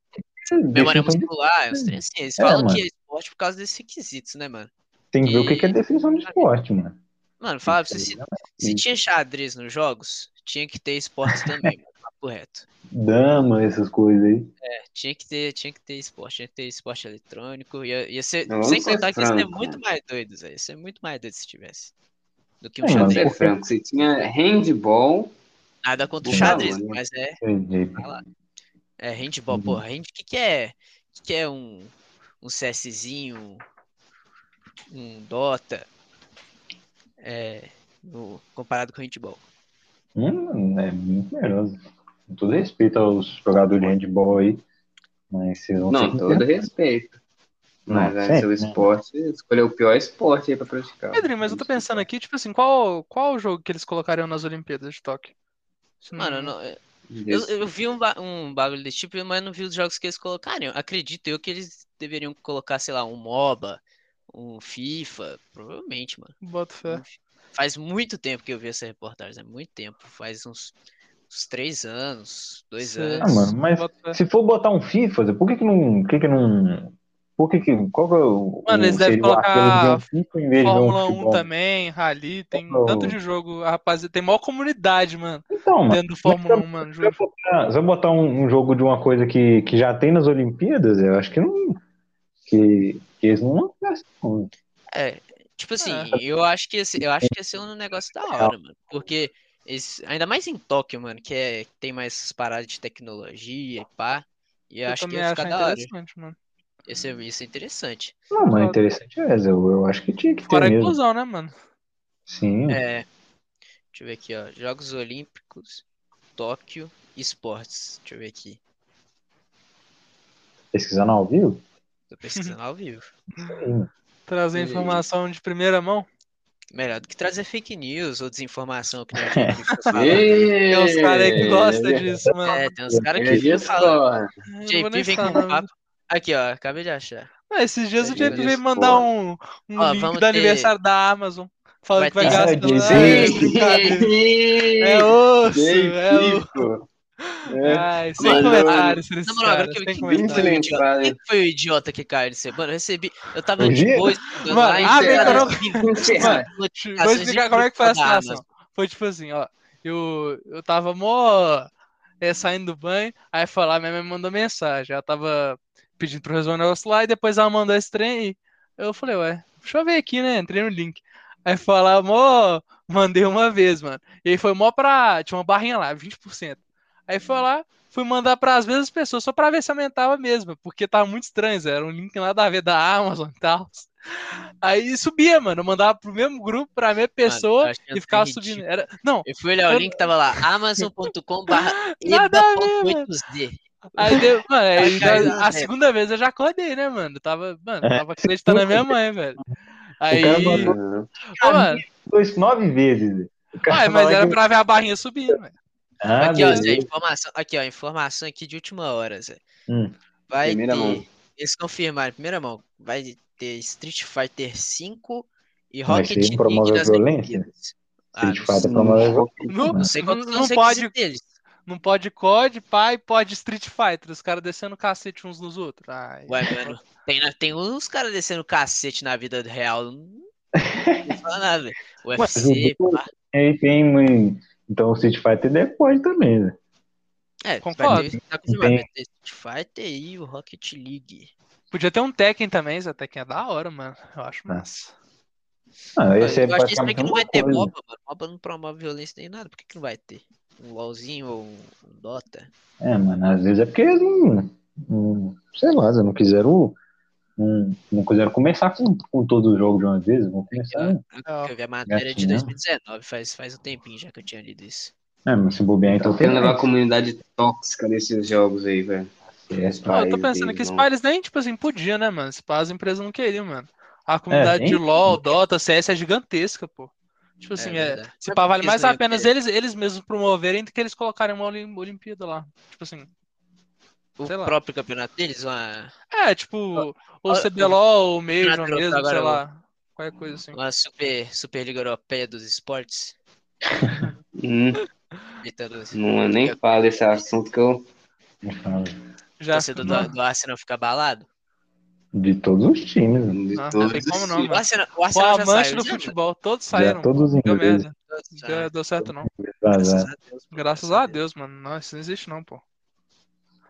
Memória Definição tipo de- muscular, é uns treinos assim. Eles É, falam que mano. é esporte por causa desses requisitos, né, mano? Tem que ver o que que é definição de esporte, mano. Mano, fala pra você, se, se Sim. tinha xadrez nos jogos, tinha que ter esportes também, mano, papo reto. Dama, essas coisas aí. É, tinha que ter, tinha que ter esporte, tinha que ter esporte eletrônico, ia, ia ser, Não, vamos sem é ser contar que ia ser franco, muito mano. mais doido, Zé, ia ser muito mais doido se tivesse, do que um É, mano, Vamos xadrez. ser franco, você tinha handball, Nada contra o Por xadrez, favor, né? mas é, JP. é handball, Uhum. porra. Hand, que que é? Que que é um, um CSzinho, um Dota, é, no- comparado com handball. Hum, é muito melhor. Com todo respeito aos jogadores de handball aí. Mas vocês vão ter não, que todo ter- respeito. Mas Não, aí, sempre, seu né? esporte, escolheu o pior esporte aí pra praticar. Pedrinho, mas eu tô pensando aqui, tipo assim, qual, qual o jogo que eles colocariam nas Olimpíadas de Tóquio? Se não- Mano, eu, não- eu- Just- eu vi um, ba- um bagulho desse tipo, mas não vi os jogos que eles colocaram. Acredito eu que eles deveriam colocar, sei lá, um MOBA, um FIFA, provavelmente, mano. Boto fé. Faz muito tempo que eu vi essa reportagem, é muito tempo, faz uns, uns três anos, dois Sei. anos. Ah, mano, mas Boto fé. se for botar um FIFA, Zé, por que que não. Por que que não. Por que que. Qual que é o. Mano, eles o- devem seria o apelo de ver um colocar FIFA em vez de ver um Fórmula 1 futebol? também, Rally, tem Não. tanto de jogo, a rapaziada, tem maior comunidade, mano, Então, mano. dentro do Fórmula mas 1, mano, Se eu juro. botar, se eu botar um, um jogo de uma coisa que, que já tem nas Olimpíadas, eu acho que não. Que, que eles não gastam. É, tipo assim, É. eu acho que esse, eu acho que esse é um negócio da hora, mano, porque esse- ainda mais em Tóquio, mano, que é tem mais essas paradas de tecnologia e pá, e eu Eu acho que também ia acho ficar da hora. interessante, mano. Esse é isso é interessante. Não, mano, né, interessante é, Zé, eu, eu acho que tinha que ter Fora a mesmo. inclusão, né, mano? Sim. É, Deixa eu ver aqui, ó. Jogos Olímpicos, Tóquio, Esportes. Deixa eu ver aqui. Pesquisando ao vivo? Tô pesquisando ao vivo. Trazer E- informação de primeira mão. Melhor do que trazer fake news ou desinformação que nem a gente fica falando. Ei, Tem uns caras que gostam né, disso, mano. É, tem uns caras Ele que ficam falando. discorda. Eu não vou JP nem vem falar, com mano. papo. Aqui, ó, acabei de achar. Ah, esses dias o Ele JP veio discorda. mandar um, um Ó, link vamos do ter- aniversário da Amazon. Falando que Vai vai ter- gastar. Ah, É, JP. brincadeira. É é osso, é osso. o Ai, sem Mano, comentários, Na esses moral, agora caras, que eu- sem que- comentários. que- silenciado. Quem foi o idiota que caiu nisso? aí? Mano, eu recebi. Eu tava O de Gino? boa Mano, abre aí, cara, coroa. recebi notificações Vou explicar de como é que foi a grupo da situação. Foi tipo assim, ó. Eu, eu tava mó é, saindo do banho, aí foi lá, minha mãe me mandou mensagem. Ela tava pedindo pra eu resolver um negócio lá, e depois ela mandou esse trem. E eu falei, ué, deixa eu ver aqui, né? Entrei no link. Aí foi lá, mó. Mandei uma vez, mano. E aí foi mó pra. Tinha uma barrinha lá, 20%. Aí Uhum. foi lá, fui mandar para as mesmas pessoas, só pra ver se aumentava mesmo, porque tava muito estranho, Zé, era um link nada a ver da Amazon e tal. Aí subia, mano, eu mandava pro mesmo grupo, pra mesma pessoa eu achei assim, e ficava ridículo. subindo. Era... Não, Eu fui olhar o Eu- link, tava lá, amazon.com.br Nada a ver, eba.8z. aí deu, mano, aí Cara, da- a né? segunda vez eu já acordei, né, mano? Eu tava, mano, eu tava acreditando na minha mãe, velho. Aí, É. cara mandou- Ô, mano, Dois, nove vezes. O cara ué, mas fala era que- pra ver a barrinha subindo, velho. Ah, Aqui, ó, beleza. Zé, informação, aqui, ó, informação aqui de última hora, Zé. Hum. Vai Primeira ter, mão. eles confirmaram, primeira mão, vai ter Street Fighter V e Vai Rocket ser um promover das violência? Olimpíadas. Ah, Street não Fighter sei- promove. Não, não sei qual que- não- não não sei qual que pode, deles. não pode COD, pai, pode Street Fighter, os caras descendo o cacete uns nos outros. Ai, Ué, mano, tem, né, tem uns caras descendo cacete na vida real. Não não fala nada. UFC, o- pá. Aí tem, mãe. Então o Street Fighter deve pode também, né? É, vai Concordo. ter, tá confirmado, Tem- vai ter Street Fighter e o Rocket League. Podia ter um Tekken também, Zé. Tekken é da hora, mano. Eu acho Ah. massa. Ah, Eu esse é acho que isso aí que praticamente não uma vai ter coisa. MOBA, mano. MOBA não promove violência nem nada. Por que, que não vai ter? Um LOLzinho ou um um Dota? É, mano, às vezes é porque eles não, não- sei lá, eles não quiseram, não, não quiseram começar com, com todo o jogo de uma vez, vão começar. né? Ah, Eu, eu vi a matéria de Gatinho. 2019, faz, faz um tempinho já que eu tinha lido isso. Tipo É, mas se bobear, então tem. Tem uma comunidade tóxica desses jogos aí, velho. acesso. Não, eu tô Mas pensando que eles não- Spy eles nem, tipo assim, podia, né, mano? Spy as empresas não queriam, mano. A comunidade É, nem- de LoL, Dota, CS é gigantesca, pô. Tipo assim, é, verdade. se Mas é. pá, por vale que mais isso não a pena acontece? eles, eles mesmos promoverem do que eles colocarem uma Olim- Olimpíada lá. Tipo assim, O sei lá. próprio campeonato deles, uma, é, tipo, ou ó, CBLOL, ou Major Renato, mesmo, agora sei eu- Hum. lá. Qualquer coisa assim. uma super, Superliga Europeia dos Esportes. Hum, Tentando Não, eu nem falo desse assunto que eu. o Já. torcedor do, do Arsenal fica abalado. De todos os times, né? de Ah, todos não tem como os- não, O mano. Arsenal, o O Arsenal já amante saiu. do já, mano? futebol, todos Já saíram. todos os Deu ingleses merda. Todos já. Deu, deu certo, não. Graças vazaram. a Deus. pô, Graças a Deus, mano. Não, isso não existe, não, pô.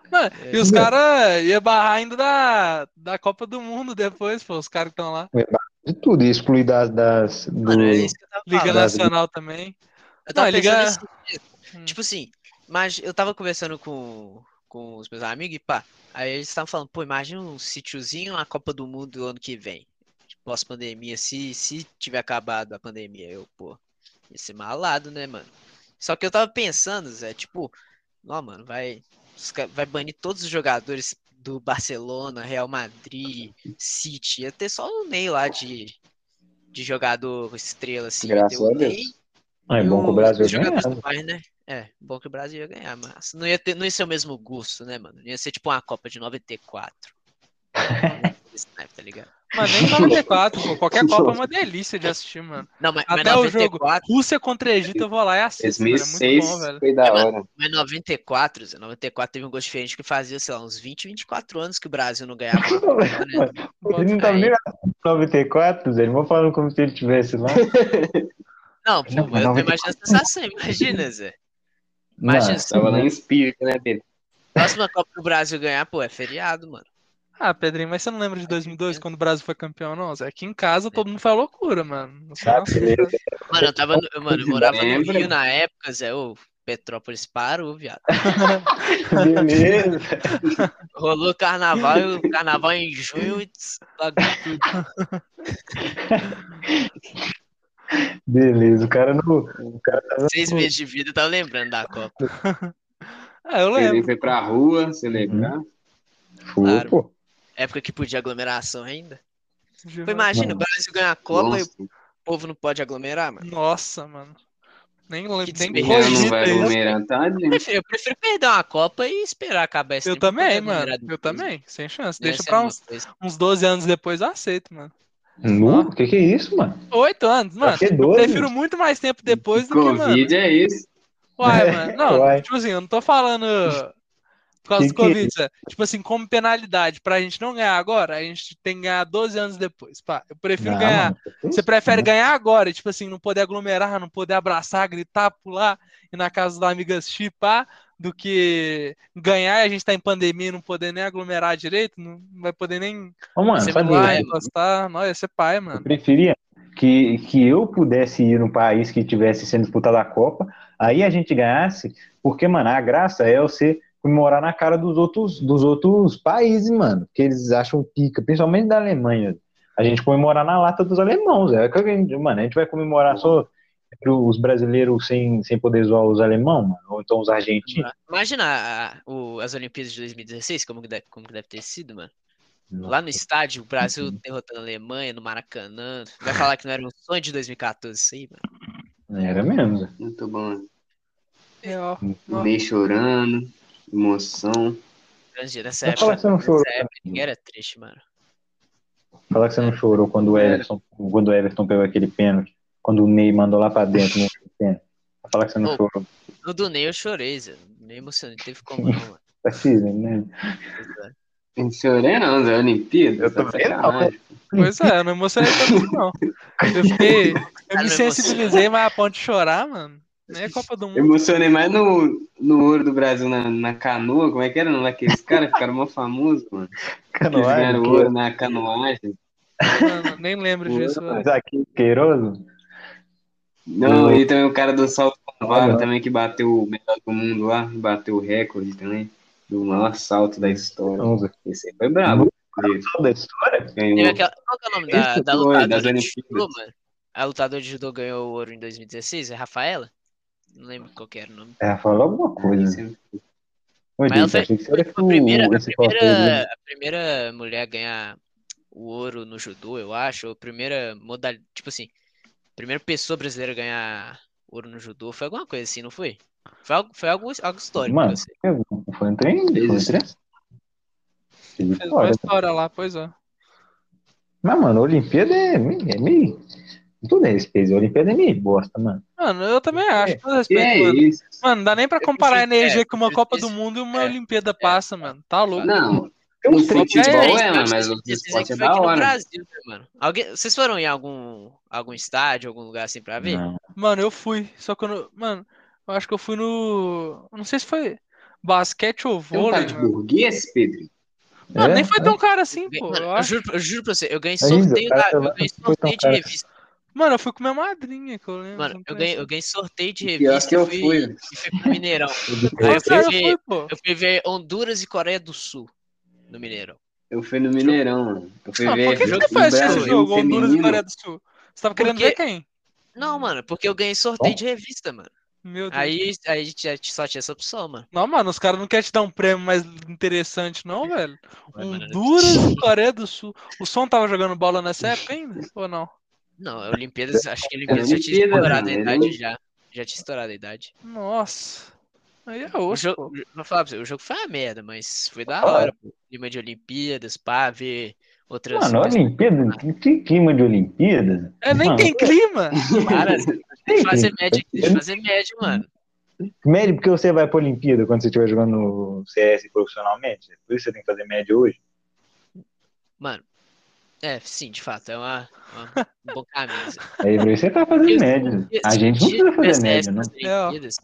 Mano, É. e os caras iam barrar ainda da, da Copa do Mundo depois, pô. Os caras que estão lá. de tudo, e excluir das, das do, Mano, é isso que eu tava Liga falando. Nacional também. Eu tava Não, pensando liga- nisso mesmo. Hum. Tipo assim, mas eu tava conversando com, com os meus amigos e pá, aí eles estavam falando, pô, imagina um sítiozinho na Copa do Mundo do ano que vem, pós-pandemia, se, se tiver acabado a pandemia, eu, pô, ia ser malado, né, mano? Só que eu tava pensando, Zé, tipo, ó, mano, vai, os ca- vai banir todos os jogadores do Barcelona, Real Madrid, City, ia ter só o Ney lá de, de jogador estrela, assim, ia ter Graças a o Deus. Ney, Ah, é bom que o os Brasil ganha. jogadores do Bayern, né? É, bom que o Brasil ia ganhar, mas não ia, ter, não ia ser o mesmo gosto, né, mano? Ia ser tipo uma Copa de 94. Esse naipe, tá ligado? Mano, nem 94, pô. Qualquer Copa é uma delícia de assistir, mano. Não, mas, mas Até o jogo. 94, Rússia contra Egito, eu vou lá e assisto, mano. É muito 2006 bom, velho. foi da hora. mas 94, Zé, 94 teve um gosto diferente que fazia, sei lá, uns 20, 24 anos que o Brasil não ganhava. uma Copa, né? Ele não tá nem lá em 94, Zé. Ele vai falando como se ele estivesse lá. Não, pô, Não, mas eu tô 94. imaginando a sensação, assim, imagina, Zé. Imagina, se então- Tava lá em espírito, né, Pedro? a próxima Copa do Brasil ganhar, pô, é feriado, mano. Ah, Pedrinho, mas você não lembra de 2002, quando o Brasil foi campeão, não, Zé? Aqui em casa todo mundo foi loucura, mano. Não sei Ah, não. beleza. Mano, eu tava, no- mano, eu morava no Lembra? Rio na época, Zé, ô, Petrópolis parou, viado. Beleza. Rolou carnaval, e o carnaval em junho e des- bagulho tudo. Beleza, o cara não. O cara tá Seis meses de vida, tá lembrando da Copa. Ah, eu Ele lembro. foi pra rua, se lembrar. Pô, Claro. pô. Época que podia aglomeração ainda. de- Pô, imagina, o Mano. Brasil ganha a Copa e Nossa, o povo não pode aglomerar, mano. Nossa, mano. Nem lembro, Que nem desperdiço. é não vai cogita Tá, isso. aglomerar, Eu tadinho. prefiro, eu prefiro perder uma Copa e esperar acabar esse Eu tempo pra também, poder mano. aglomerar Eu depois. né? também, sem chance. Deixa Essa é pra uma uns, coisa. uns 12 anos depois eu aceito, mano. Nu? O que que é isso, mano? Tá é Oito anos, mano. que Eu 12? prefiro muito mais tempo depois do que, mano. Covid é isso. Uai, mano. Não, Uai. tipo assim, eu não tô falando por causa Que do que é Covid, sabe? tipo assim, como penalidade, pra gente não ganhar agora, a gente tem que ganhar 12 anos depois. Pá, eu prefiro Não, ganhar. mano, que Você isso? prefere Não. ganhar agora, e, tipo assim, não poder aglomerar, não poder abraçar, gritar, pular, e na casa da amiga chipar, do que ganhar e a gente tá em pandemia e não poder nem aglomerar direito, não vai poder nem Ô, mano, Você sabe, pular, vai- encostar. Ah, Não, ia ser pai, eu mano. preferia que, que eu pudesse ir num país que tivesse sendo disputada a Copa, aí a gente ganhasse, porque, mano, a graça é você comemorar na cara dos outros, dos outros países, mano, que eles acham pica, principalmente da Alemanha. A gente comemorar na lata dos alemãos, é o que a gente, mano, a gente vai comemorar só entre os brasileiros sem, sem poder zoar os alemãos, mano, ou então os argentinos. Imagina a- a- o- as Olimpíadas de 2016, como que, deve, como que deve ter sido, mano. Lá no estádio, o Brasil derrotando a Alemanha, no Maracanã. Vai falar que não era um sonho de 2014 isso aí, mano. né, Era mesmo. Muito bom. Real. Nossa. Bem chorando, emoção. Grande, Nessa Não fala época, que você não chorou. nessa época ninguém era triste, mano. Falar que você não chorou quando o Everton, quando o Everton pegou aquele pênalti, quando o Ney mandou lá pra dentro, não foi pênalti. Falar que você não Ô. chorou. No do Ney eu chorei, Zé. Nem emocionei, não teve como não, mano. Tá firme, né? Eu Chorei não, Zé, Olimpíada. Eu também não. sacanagem. Pois é, eu não emocionei tanto assim, não. Eu fiquei. Eu me Cara, não sensibilizei, mas a ponto de chorar, mano. Nem a Copa do Eu Mundo. emocionei mais no, no ouro do Brasil na, na canoa. Como é que era? Não, aqueles caras ficaram mó famosos, mano. Eles ganharam ouro Canoagem, na canoagem. Mano, nem lembro disso. velho. Zaquinho Queiroso. Não, e também o cara do salto com vara Hum. Olha. também, que bateu o melhor do mundo lá, bateu o recorde também, do maior salto da história. Não, Zé. Esse aí foi brabo. um inclusive. Toda a história? Teve Ganhou. aquela- Qual que é o nome da, Esse da foi, das lutadora de Olimpíadas. judô, mano? A lutadora de judô ganhou o ouro em 2016, é Rafaela? Não lembro qual que era o nome. Ela falou É, alguma coisa. Esse- Ô, Mas ela gente, foi- achei que você Foi era tipo a primeira, o- a esse né? papel. primeira, a primeira mulher a ganhar o ouro no judô, eu acho, ou a primeira modalidade, tipo assim, a primeira pessoa brasileira a ganhar ouro no judô, foi alguma coisa assim, não foi? Foi algo, foi algo, algo histórico, Mano, eu sei. foi um trem? Foi um Isso. trem? Fez Fez uma história. história lá, pois é. Mas, mano, a Olimpíada é meio. É meio... Tudo é respeito. A Olimpíada é meio bosta, mano. Mano, eu também acho, com todo Que respeito, é mano. isso? Mano, não dá nem pra comparar a prefiro- energia é, que uma eu Copa do prefiro- Mundo e uma é, Olimpíada é. passa, mano. Tá louco. Não, Tem o uns trem que- futebol Gente, é, não, mano, mas o vocês esporte é aqui foi da aqui no hora. Brasil, né, mano? Alguém, vocês foram em algum, algum estádio, algum lugar assim pra ver? Não. Mano, eu fui. Só que eu não... Mano, eu acho que eu fui no. eu Não sei se foi basquete ou Tem um vôlei, cara de mano. burguês, Pedro? Mano, Ah, nem É? foi tão caro assim, Ganhei- pô. mano, Eu eu acho. juro, pra- eu juro pra você, eu ganhei É isso, sorteio, o cara da- eu lá ganhei foi tão sorteio de caro. revista. Mano, eu fui com minha madrinha, que eu lembro. Mano, não eu foi ganhei, assim. eu ganhei sorteio de Pior revista que e eu fui, fui. e fui pro Mineirão. Foi, Aí eu fui cara, eu ver- fui, pô. Eu fui ver Honduras e Coreia do Sul no Mineirão. Eu fui no Mineirão, mano. Eu fui Ah, ver por que jogo você foi do assistir esse Brasil jogo, Honduras e feminino. Coreia do Sul? Você tava querendo um Porque- ver quem? Não, mano, porque eu ganhei sorteio de revista, mano. Meu Deus. Aí, aí tinha- só tinha essa opção, mano. Não, mano, os caras não querem te dar um prêmio mais interessante, não, velho. Mas, mano, eu não- Honduras e Coreia do Sul. O Som tava jogando bola nessa época ainda? Ou não? Não, a Olimpíadas, acho que a Olimpíadas Era já tinha Olimpíada, estourado a mano, idade era- já. Já tinha estourado a idade. Nossa. Aí é O osso, pô. jogo, vou falar pra você, o jogo foi uma merda, mas foi da hora, pô. Clima de Olimpíadas, pá, ver outras Mano, Olimpíada, que- que clima de Olimpíada? É, nem Mano, tem clima. Para, tem fazer clima. média, deixa eu fazer média, mano. Médio porque você vai pra Olimpíada quando você estiver jogando CS profissionalmente. Por isso você tem que fazer médio hoje. É, sim, de fato, é uma, uma, um bom caminho. Zé. Aí pra isso você tá fazendo Porque médio. se- A se gente um não precisa dia fazer né? médio, tivesse CS não. nas Olimpíadas,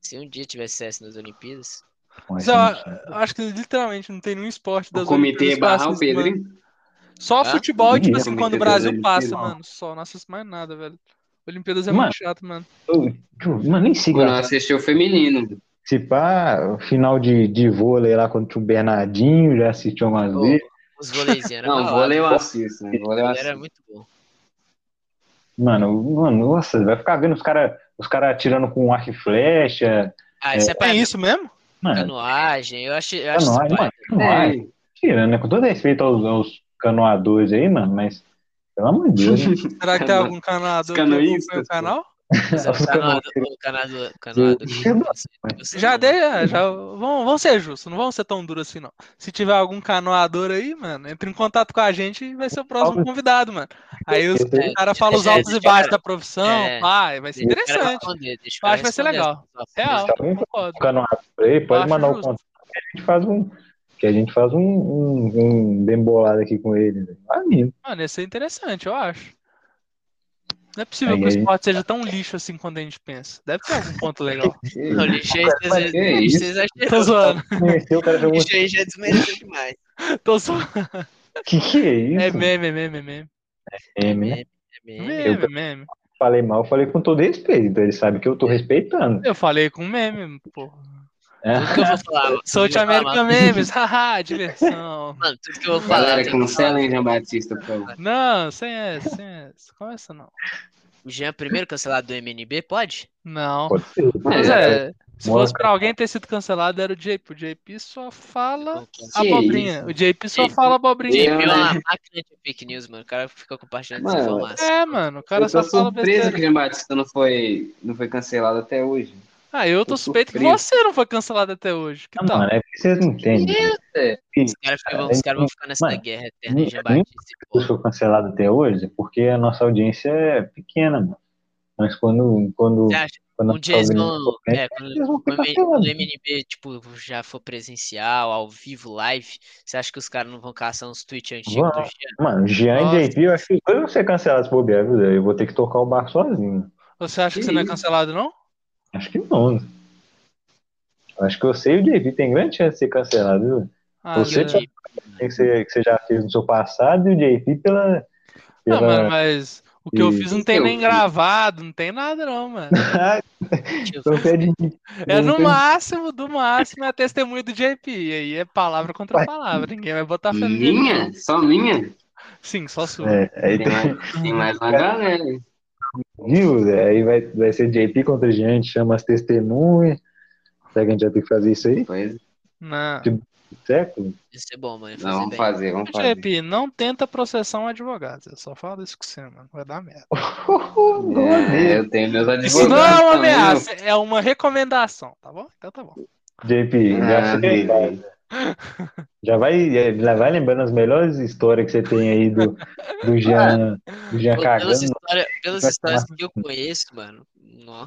Se um dia tivesse CS nas Olimpíadas, Mas Mas eu assim, eu acho que literalmente não tem nenhum esporte O das comitê Olimpíadas que eu barrar o assisto, Pedro, mano. hein? é Só Ah? futebol, tipo Ih, assim, comitê quando o das Brasil passa, Olimpíadas. mano. Só, não assisto mais nada, velho. Olimpíadas é Mano. muito chato, mano. eu- eu- Mano, nem sei Quando eu cara. assisti o feminino. se pá, final de, de vôlei lá quando tinha o Bernardinho, já assisti algumas pô, vezes. os voleizinhos eram da é Não, hora, vôlei eu pô. assisto. né? Vôlei eu Era assisto. muito bom. Mano, mano, nossa, vai ficar vendo os caras os cara atirando com arco e flecha. Ah, isso é, pra É isso mesmo? Mano, Canoagem, eu acho, eu acho isso canoagem, mano, tá canoagem. É, Tira, né? Com todo respeito aos, aos canoadores aí, mano, mas pelo amor de Deus, né? Será que tem algum canoador que canoístas, acompanha o pô. canal? Mas é Os o canoado, o canoado, canoado. Já dei, é, já. Vão, vão ser justos, não vão ser tão duros assim, não. Se tiver algum canoador aí, mano, entre em contato com a gente e vai ser o próximo convidado, mano. Aí os É, caras falam os é, altos e é, baixos da profissão, é. pá, vai ser interessante. Eu acho que vai ser legal. Real, Tá bom. concordo. canoado por aí, pode Acho mandar o justo. contato que a gente faz um. Que a gente faz um, um, um dembolado aqui com ele. né? Vai mesmo. Mano, ia ser interessante, eu acho. Não é possível Aí, que o aí. esporte seja tão lixo assim quando a gente pensa. Deve ter algum ponto legal. Não, lixo aí vocês- Que isso? lixo vocês Tô acham. zoando, Conheceu o cara jogou. Lixo aí já desmereceu demais. tô zoando. Que que é É isso? meme, é meme, é meme. É, né? Meme. Meme, é meme. Falei mal, falei com todo respeito. Então ele sabe que eu tô respeitando. Eu falei com meme, pô. né? Tudo que eu vou falar. Sou de tudo que eu vou falar- América Memes, haha, diversão. Mano, tudo que eu vou falar. Galera, tem que falar. cancela hein, Jean Batista, por favor. Não, sem essa, sem essa. Começa não. O Jean, primeiro cancelado do MNB, pode? Não. Pode ser. Mas é, se Bora, fosse pra cara. alguém ter sido cancelado, era o JP. O JP só fala O Que abobrinha. isso? O JP só JP. fala abobrinha. JP é Eu, uma né? máquina de fake news, mano. O cara fica compartilhando Mano, desinformação. É, mano, o cara Eu só tô fala surpreso besteira. que o Jean Batista não foi, não foi cancelado até hoje. Ah, eu tô tô suspeito que surpreso. você não foi cancelado até hoje. Que Ah, tal? mano, é porque vocês não entendem. Os caras ficam- os caras vão ficar nessa Mano, guerra eterna de nunca- Jean Batista. e Eu Paulo. sou cancelado até hoje porque a nossa audiência é pequena, mano. Mas quando. quando, Você acha quando Um dia eles vão. é, É, quando, eles vão quando ficar o M- pelados. quando o MNB, tipo, já for presencial, ao vivo, live, você acha que os caras não vão caçar uns tweets antigos do Vão. Jean? Mano, Jean Nossa. e JP, eu acho que os dois vão ser cancelados por bobear, viu? Eu vou ter que tocar o barco sozinho. Você acha que Que você não é isso? cancelado, não? Acho que não. Eu Acho que você e o JP tem grande chance de ser cancelado, viu? Ah, Você Zé. tinha- Tem que ser que você já fez no seu passado e o JP pela. Não, pela... mano, mas o que eu E- fiz não tem Eu nem fiz. gravado, não tem nada, não, mano. Deixa eu Então, ver. pede- É no Não tem- máximo, do máximo é testemunho do JP. E aí é palavra contra palavra. Ninguém vai botar fé no JP. Minha? Só minha? Sim, só sua. É, aí Tem tem- mais, tem mais uma galera. hein? Viu? Zé? Aí vai, vai ser JP contra gente, chama as testemunhas. Será que a gente vai ter que fazer isso aí? Pois, Não. Século? Isso é bom, mano. não, Fazer vamos bem. fazer, vamos fazer. JP, não tenta processar um advogado. Eu só falo isso com você, mano. Vai dar merda. É, eu tenho meus advogados. Isso não é uma também, ameaça, é uma recomendação, tá bom? Então tá bom. JP, meu. já, Ah, sei, é beleza. já vai, é, já vai lembrando as melhores histórias que você tem aí do, do Jean, do Jean Pô, então, assim, Pelas, cagando. história, pelas Vai histórias tomar que eu conheço, mano. Nó.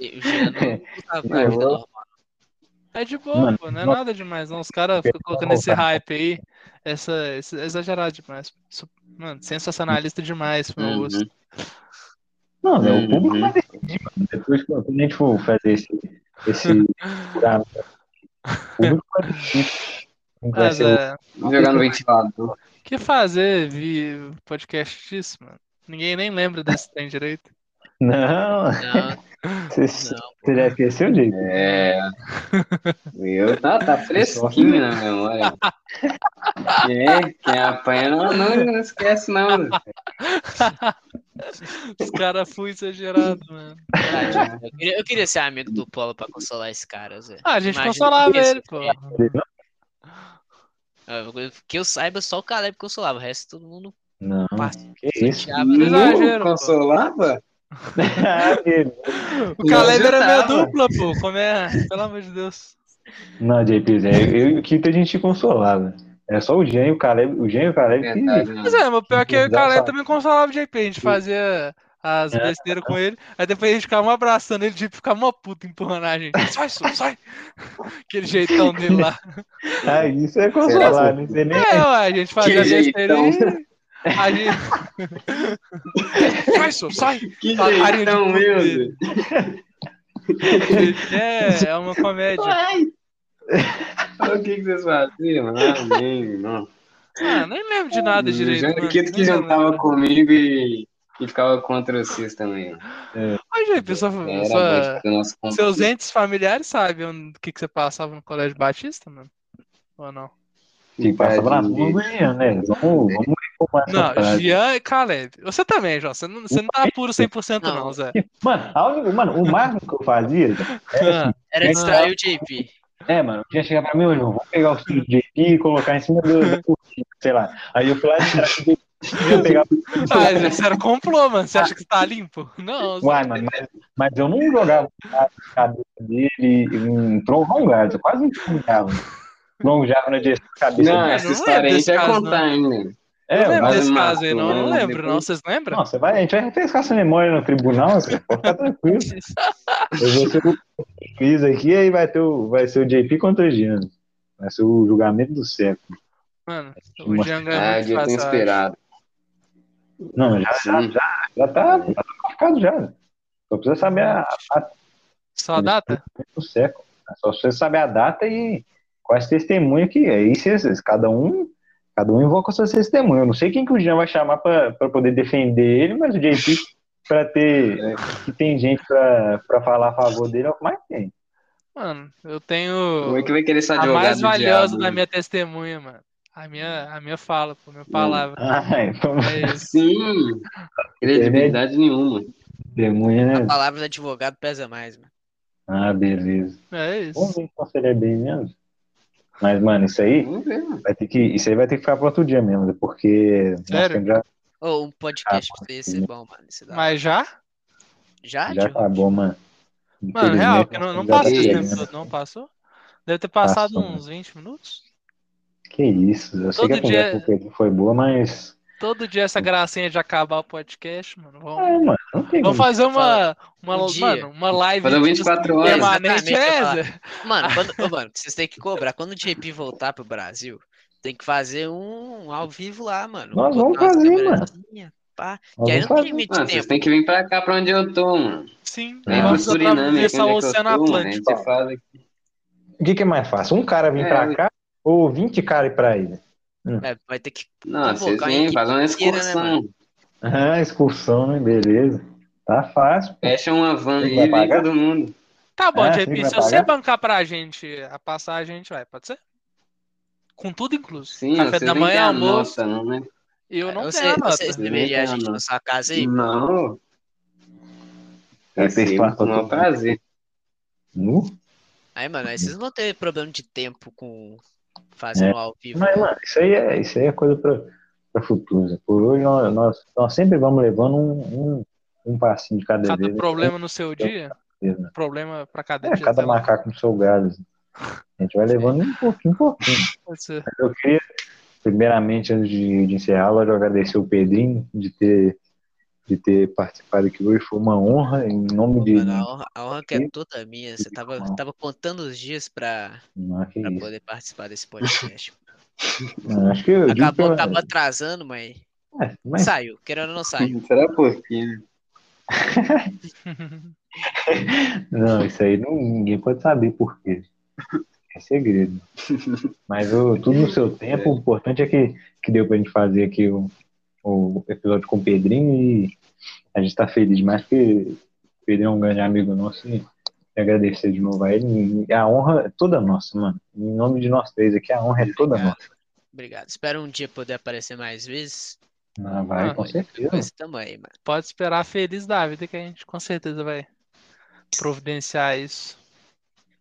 Eu já não tava Eu vida vou- normal. É de boa, Mano, pô, não é não- nada demais, não. Os caras ficam colocando esse hype aí, essa, esse- é exagerado demais. Isso- Mano, sensacionalista demais pro meu Uhum. gosto. Não, né, o público Uhum. vai decidir, mano. Depois, quando a gente for fazer esse. esse programa, o público vai decidir. Não vai Mas ser o- é, Vamos jogar no ventilador. o que fazer vi podcast disso, mano? Ninguém nem lembra desse trem direito. Não, Não, você, não. você já esqueceu, JP? É. Meu, tá, tá fresquinho na memória. É, quem apanha não, não, não esquece, não. Os caras fui exagerado, mano. Verdade. Eu queria, eu queria ser amigo do Polo pra consolar esse cara, Zé. Ah, a gente Imagina consolava isso, ele, pô. Eu- Que eu saiba, só o Caleb consolava. O resto, todo mundo né? Não, partiu. que isso? Não, É exagero, Não, consolava? Ah, meu. O Caleb era meia Não, eu tava. dupla, pô. Como é? Pelo amor de Deus. Não, JP, Zé, eu e o Kito a gente te consolava. É só o Jean e o Caleb. O Jean e o Caleb que. Verdade, não. Pois é, mas pior que eu e o Exato. Caleb também consolava o JP, a gente fazia as É. besteiras com ele, aí depois a gente ficava um abraçando ele, o JP ficava uma puta empurrando a gente. Sai, su, sai! Aquele jeitão dele lá. Ah, isso é consolar, né? Você nem. É, ué, a gente fazia Que besteira jeitão. e... A gente... sai, su, sai! Que Tá carinho de jeitão, meu poder. Deus. É, é uma comédia. O que, que vocês faziam? Ah, nem, não. Ah, nem lembro de nada direito. O mano. Jaquito Hum, que Nem jantava lembro. comigo e, e ficava contra vocês também. ó. Ai, JP, só... Era só- muito do nosso Seus conflito. entes familiares sabem onde- o que, que você passava no Colégio Batista, mano? Ou não? Que passa pra rua, né? Vamos, vamos ficou massa essa Não, frase. Jean e Caleb. Você também, João. Você não, você não tá puro 100% não, Não. Zé. Mano, a única- mano, o máximo que eu fazia É. Ah, Era Não. distrair o JP. é, mano, tinha chegar pra mim, ô, João, vou pegar os filhos do JP e colocar em cima do, do cursinho, sei lá. Aí eu "Ah, fui lá e tirava o JP, pegava Ah, Zé, você era complô, mano. Você acha que você tá limpo? Não, Zé. Uai, mano, mas, mas eu não jogava na cabeça dele um tronco gás, eu quase enxugava. Tronjava na direção da é cabeça Não, dele. essa não história lembro aí desse já é caso, contar, hein? É, Eu lembro mas, mas- desse caso aí, não. Eu não mas- lembro, não. Vocês lembram? não, você vai, a gente vai refrescar essa memória no tribunal, você pode ficar tranquilo. Eu vou ser o juiz aqui, aí vai, ter o, vai ser o JP contra o Jean. Vai ser o julgamento do século. Mano, o Jean ganhou Ah, eu muito devia ter fácil, eu acho. esperado. Não, já, já, Sim. já tá, já tá qualificado já. Só precisa saber a, Só né? a data? do século. né? Só você saber a data e quais testemunhas que aí vocês, cada um, cada um invoca seus testemunhas. Eu não sei quem que o Jean vai chamar para poder defender ele, mas o JP para ter né, que tem gente para falar a favor dele é o que mais tem. Mano, eu Como tenho é que vai querer essa a advogada mais do valiosa diabo? da minha testemunha, mano. A minha, a minha fala, pô, minha palavra. Ah, então É isso. Sim, credibilidade nenhuma. testemunha, A né? palavra do advogado pesa mais, mano. Ah, beleza. É isso. Vamos ver se você é bem mesmo. Mas, mano, isso aí Vamos ver, mano. vai ter que, isso aí vai ter que ficar para outro dia mesmo, porque nós Sério? temos já, Ou um podcast Ah, pra você ia sim. ser bom, mano. Isso dá- Mas já? Já, tipo, já Diogo? acabou, mano. Mano, Infelizmente, real, que não, não já tá passou esse chegando. tempo todo, não passou? Deve ter passado Passou, né? uns 20 minutos. Que isso, eu sei que Todo a conversa com dia- o Pedro foi boa, mas. Todo dia essa gracinha de acabar o podcast, mano. Vamos, Hum. É, mano, não tem vamos como. fazer uma, uma, Um dia. mano, uma live Fazer 24 horas. permanente Exatamente, eu ia é falar. essa. tá. Mano, quando, ô, mano, vocês têm que cobrar. Quando o JP voltar pro Brasil, tem que fazer um ao vivo lá, mano. Nós vamos Botar umas fazer, câmerazinhas, pá. Nós Que aí vamos não tem fazer. limite de Mano, vocês tempo. têm que vir pra cá pra onde eu tô, mano. Sim, É, Vem pro vamos Suriname, aqui atravessar o onde é que eu tô, Oceano mano. A Atlântico. gente faz aqui. O que, que é mais fácil? Um cara vir É, pra eu- cá ou 20 caras ir pra ilha? É, vai ter que. Não, vocês Convocar a vêm, equipe faz uma inteira, né, excursão. Ah, excursão, né? Beleza. Tá fácil. Fecha uma van Quem aí vai e vem pagar? todo mundo. Tá bom, É, JP, sim, se vai você pagar. bancar pra gente a passagem, a gente vai, pode ser? Com tudo incluso. Sim, Café vocês da nem têm manhã, a almoço. nota, não, né? E eu não tenho você, a nota. Você receberia a gente na sua casa aí? Não. Vai ter Recebo espaço pra com o maior todo mundo. prazer. Nu? Aí, mano, aí vocês não vão ter problema de tempo com fazendo ao vivo. É. né? Mas, mano, isso aí é, isso aí é coisa pra, pra futuro. né? Por hoje, nós, nós, nós sempre vamos levando um, um, um passinho de cada, Cada vez. problema no seu dia, Vez, né? problema pra cada É, dia. cada sei lá, macaco no seu galho. assim. A gente vai levando um pouquinho, um pouquinho. pode ser. Eu queria, primeiramente, antes de, de encerrar, logo agradecer o Pedrinho de ter, de ter participado aqui hoje. Foi uma honra, em nome de. Mano, a honra, a honra que é toda minha. Você tava, Não. tava contando os dias pra, Não, que pra isso. poder participar desse podcast. Não, acho que eu digo Acabou, pela- acabou atrasando, mas É, mas saiu. Querendo ou não saiu. Será por quê? né? não, isso aí não, ninguém pode saber por quê. É segredo. Mas ô, tudo no seu tempo. O importante é que, que deu pra gente fazer aqui o, o episódio com o Pedrinho e a gente tá feliz demais porque o Pedrinho é um grande amigo nosso e agradecer de novo a ele. E A honra é toda nossa, mano. Em nome de nós três aqui, a honra é toda nossa. Obrigado. Espero um dia poder aparecer mais vezes. Ah, vai, com certeza. Mas tamo aí, mano. Pode esperar feliz da vida que a gente com certeza vai providenciar isso.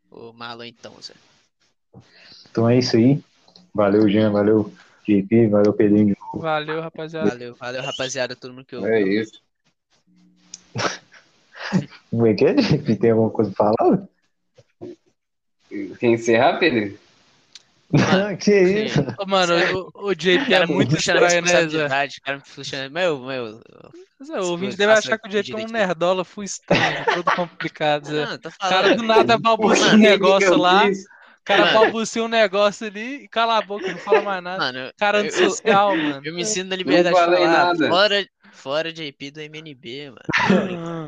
O Malo então, Zé. Então é isso aí. Valeu, Jean. Valeu, JP. Valeu, Pedrinho. de novo. Valeu, É. rapaziada. Valeu, valeu, rapaziada, todo mundo que ouviu. É isso. Como é que é, JP? Tem alguma coisa pra falar? Quem encerrar, Pedro? Ah, que isso? Ô, mano, o, o JP é Cara, muito puxando a estranho, né, Zé? responsabilidade, cara, me puxando. Meu, meu. Zé, O ouvinte Coisas, deve faça achar que o JP é um direito. nerdola full estranho, todo complicado, Zé. Não, tô O falando. cara do nada balbucia um Por que que negócio eu lá, fiz? o cara Mano. balbucia um negócio ali e cala a boca, não fala mais nada. Mano, Cara eu- eu- antissocial, mano. eu me ensino na liberdade de falei falar. nada. Fora, fora JP do MNB, mano.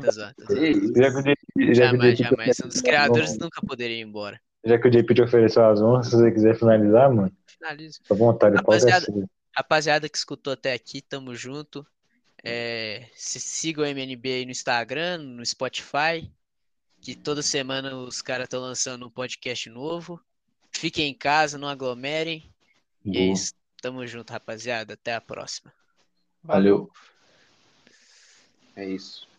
Tá zoado, tá zoado. Que isso? Já que o JP, já que o Jamais, JP jamais. São dos criadores nunca poderiam ir embora. já que o JP te ofereceu as honras, se você quiser finalizar, mano, Finalizo. fica à vontade, pode Rapaziada, ser. Rapaziada que escutou até aqui, tamo junto. É, se siga o MNB aí no Instagram, no Spotify, que toda semana os caras estão lançando um podcast novo. Fiquem em casa, não aglomerem. E é isso. Tamo junto, rapaziada. Até a próxima. Valeu. É isso.